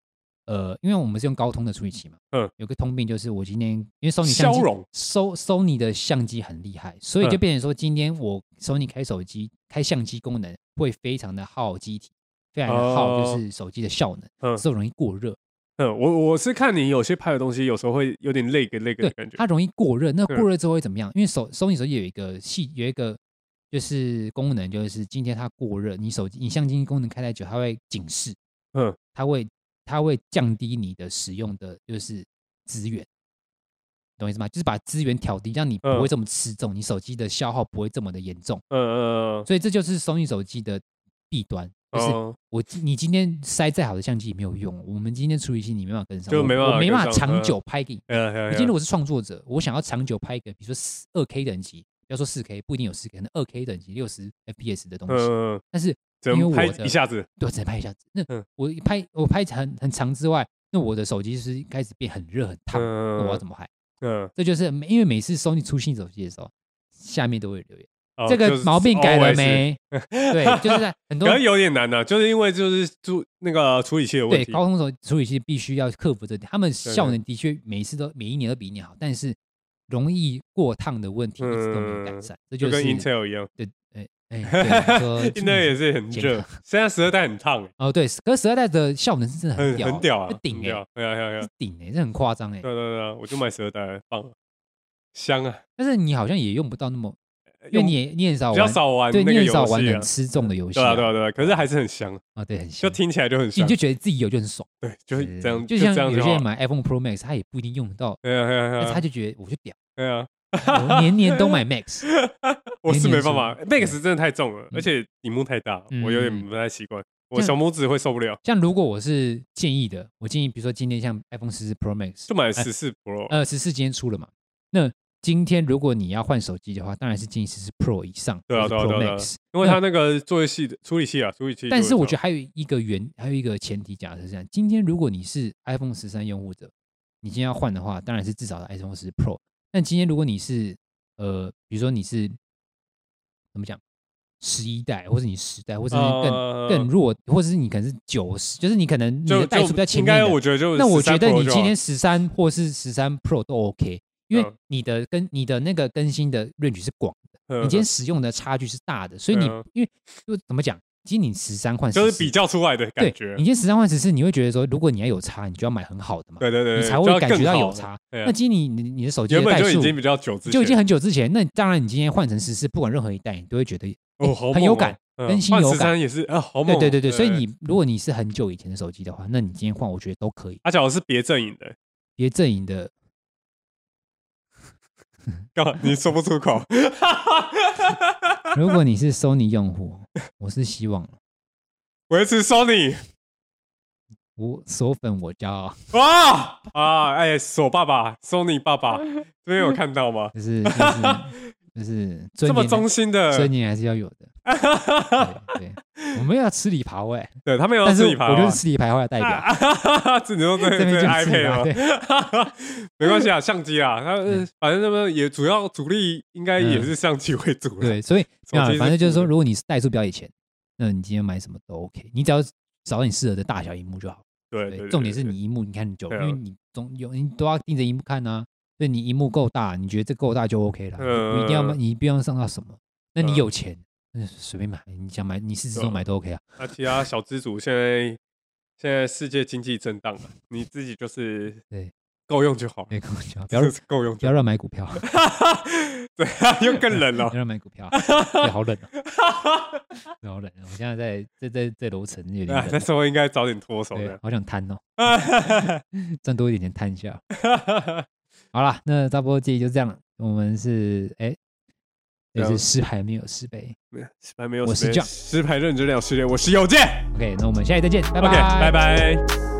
C: 呃，因为我们是用高通的处理器嘛，
A: 嗯，
C: 有个通病就是我今天因为 Sony 哦相机
A: 骁龙
C: ，So Sony 的相机很厉害，所以就
A: 嗯
C: 变成说，今天我 Sony 开手机开相机功能会非常的耗机体，非常的耗
A: 哦
C: 就是手机的效能，
A: 嗯
C: 所以容易过热，
A: 嗯，我我是看你有些拍的东西，有时候会有点累个累个
C: 对
A: 的感，觉。
C: 它容易过热。那
A: 嗯
C: 过热之后会怎么样？因为手 Sony 手机有一个系有一个就是功能，就是今天它过热，你手机你相机功能开太久，它会警示，
A: 嗯，
C: 它会它会降低你的使用的就是资源，懂我意思吗？就是把资源调低，让你不
A: 嗯
C: 会这么吃重，你手机的消耗不会这么的严重。
A: 嗯嗯嗯
C: 所以这就是 Sony 手机的弊端，就
A: 嗯，
C: 是
A: 哦
C: 我今你今天塞再好的相机也没有用，哦我们今天处理器你没办法跟上，
A: 就
C: 我
A: 没办
C: 我
A: 法
C: 没
A: 跟
C: 办法
A: 上
C: 长
A: 嗯
C: 久拍给你
A: 嗯嗯
C: 我今天如果是创作者，我想要长久拍一个，比如说二 K 等级，不要说四 K，不一定有四 K，可能二 K 等级六十 FPS 的东
A: 嗯
C: 西，
A: 嗯，嗯
C: 但是
A: 只
C: 因为
A: 能
C: 我
A: 拍
C: 的
A: 一下子。
C: 对，只能拍一下子。那
A: 嗯
C: 我一拍我拍很很长之外，那我的手机是开始变很热很烫，那我要
A: 嗯
C: 怎么拍？
A: 嗯，
C: 这就是每因为每次 Sony 出新手机的时候，下面都会有留言，
A: 哦
C: 这个毛病改
A: [LAUGHS]
C: 了？
A: 就是 always
C: 没？对，
A: [LAUGHS]
C: 就是在很多
A: 可能有点难的，啊就是因为就是处那个处理器的问
C: 对
A: 题。
C: 高通手处理器必须要克服这点，他们
A: 对
C: 效能的确每一次都每一年都比一年好，但是容易过烫的问题一直都没有改
A: 嗯
C: 善，这
A: 就是跟 Intel 一样
C: 对，哎哎，对说
A: [LAUGHS] ，Intel 也是很
C: 健
A: 热
C: 康，
A: 现在十二代很烫欸，
C: 哦，对，可是十二代的效能是真的
A: 很
C: 屌，
A: 很屌啊
C: 会，顶
A: 很
C: 哎
A: 屌，，哎呀呀
C: 是
A: 呀，
C: 顶哎，这很夸张哎。
A: 对对啊对对，我就买十二代了，棒啊，香啊，
C: 但是你好像也用不到那么，因为
A: 呃用
C: 你也你也很少
A: 比较
C: 玩，
A: 少玩
C: 对，
A: 那
C: 你
A: 个
C: 也很
A: 游
C: 少玩
A: 戏啊
C: 很，吃重的游戏
A: 对啊
C: 啊，
A: 对啊对啊，可是还是很香，
C: 啊，对，很
A: 就
C: 香，
A: 听起来就很
C: 你
A: 香
C: 就，觉得自己有就很爽，
A: 对，就是这样，
C: 就
A: 这
C: 像
A: 样
C: 有些
A: 好
C: 人。买 iPhone Pro Max，他也不一定用得到，
A: 哎呀哎呀哎
C: 但是
A: 呀
C: 他！就觉得我就屌，
A: 对啊，
C: 我年年都买 Max，
A: 我是没办法
C: 年年
A: ，Max 真的太重了，
C: 嗯
A: 而且屏幕太大，
C: 嗯
A: 我有点不太习惯，我
C: 像
A: 小拇指会受不了，
C: 像如果我是建议的，我建议比如说今天像 iPhone 十四 Pro Max，
A: 就买十四 Pro。
C: 呃，十四今天出了嘛？那今天如果你要换手机的话，当然是建议十四 Pro 以上，
A: 对啊
C: 或者
A: 对啊
C: Pro
A: 对啊
C: Max。
A: 因为它那个作业系的处理器啊，处理器。
C: 但是我觉
A: 得，
C: 得还有一个原，还有一个前提假设是这样：今天如果你是 iPhone 十三用户者，你今天要换的话，当然是至少的 iPhone 十 Pro。但今天如果你是呃，比如说你是怎么讲，十一代，或者你十代，或者是更、
A: 呃
C: 更弱，或者是你可能是九十，就是你可能你
A: 就
C: 的代数
A: 就
C: 比较前
A: 应
C: 面
A: 该
C: 的，
A: 我觉得就
C: 那我
A: 13
C: 觉得
A: Pro
C: 你
A: 就
C: 今天
A: 好
C: 十三或是十三 Pro 都 OK，因为
A: 嗯
C: 你的跟你的那个更新的 range 是广的，
A: 嗯
C: 你今天使用的差距是大的，所以你
A: 嗯
C: 因为就怎么讲，今天你十三换
A: 就是
C: 14
A: 比较出来的
C: 对
A: 感，觉
C: 你今。天十三换十四，你会觉得说，如果你要有差，你就要买很好的嘛，
A: 对对对，
C: 你
A: 对
C: 才
A: 就
C: 会
A: 要
C: 感觉
A: 更
C: 到
A: 好
C: 有
A: 了
C: 差。
A: 对啊
C: 那今天你你你的手机
A: 原
C: 的
A: 本
C: 代
A: 就已
C: 数
A: 经比较久之前，
C: 就已经很久之前，那你当然你今天换成十四，不管任何一代，你都会觉得
A: 哦
C: 哎
A: 好
C: 很
A: 猛
C: 有
A: 哦
C: 感。
A: 嗯
C: 更新
A: 换
C: 有
A: 十三也是啊，好
C: 对
A: 猛哦。
C: 对对对，所以你如果你是很久以前的手机的话，那你今天换，我觉得都可以。
A: 阿角是别阵营的，
C: 别阵营的
A: 干嘛你说不出口？
C: [LAUGHS] 如果你是 Sony 用户，我是希望
A: 维持 Sony
C: 我锁粉我骄傲，
A: 哇啊！哎，索爸爸，Sony 爸爸，这
C: [LAUGHS]
A: 边有看到吗？
C: 就是
A: [LAUGHS]
C: 就是就是尊
A: 这么
C: 严
A: 忠
C: 还，
A: 心的
C: 尊，严还是要
A: [LAUGHS]
C: 有的。对，对我们要吃里扒外，
A: 对他们要
C: 但是
A: 自己
C: 我
A: 爬吗，
C: 就是吃里扒外的代
A: 啊
C: 表。
A: 表， [LAUGHS] 只能说对
C: 啊这
A: 对
C: 边就是自己
A: iPad
C: 爬
A: 吗？ [LAUGHS] 没关系啊，相机啊，他呃
C: 啊嗯
A: 反正他们也主要主力应该也是相机为主了。
C: 对，所以
A: 手机
C: 啊
A: 是
C: 反正就是
A: 负
C: 说，
A: 的
C: 如果你是代数比较以前，那你今天买什么都 OK，你只要找到你适合的大小荧幕就好。
A: 对
C: 对，
A: 对，
C: 重点是
A: 对
C: 你荧幕你看久，
A: 对
C: 因
A: 啊
C: 为你总有你都要盯着荧幕看啊。对你荧幕够大，你觉得这够大就 OK 了，
A: 嗯
C: 不一定要买你不用上到什么。那你
A: 嗯
C: 有钱，那随便买，你想买你四十
A: 对
C: 周
A: 啊
C: 买都 OK 啊。
A: 那其他小资主现在现在世界经济震荡了，你自己就是
C: 对
A: 够用就好了，
C: 没跟我讲，不
A: 就
C: 要乱
A: 是够用
C: [LAUGHS] 不
A: 就好。
C: 要乱买股票，不
A: 对啊，又更 [LAUGHS]
C: [LAUGHS]
A: 冷了
C: 要。乱买股
A: [LAUGHS]
C: 票，对，好冷啊，对好冷啊。我现在在在在在楼层有点
A: 啊，那
C: 冷，
A: 时候应该早点脱手
C: 对
A: 的，。
C: 好想贪哦，赚多一点钱贪一下。哦好啦，那差不多这集就这样了。我们是哎，
A: 这
C: 也
A: 样
C: 是失牌没有失杯。
A: 石 [LAUGHS] 牌没有
C: 我
A: 时
C: 是
A: 间，
C: John
A: 石牌认知了世界，我是有健。
C: OK，那我们下期再见，拜
A: OK，拜拜。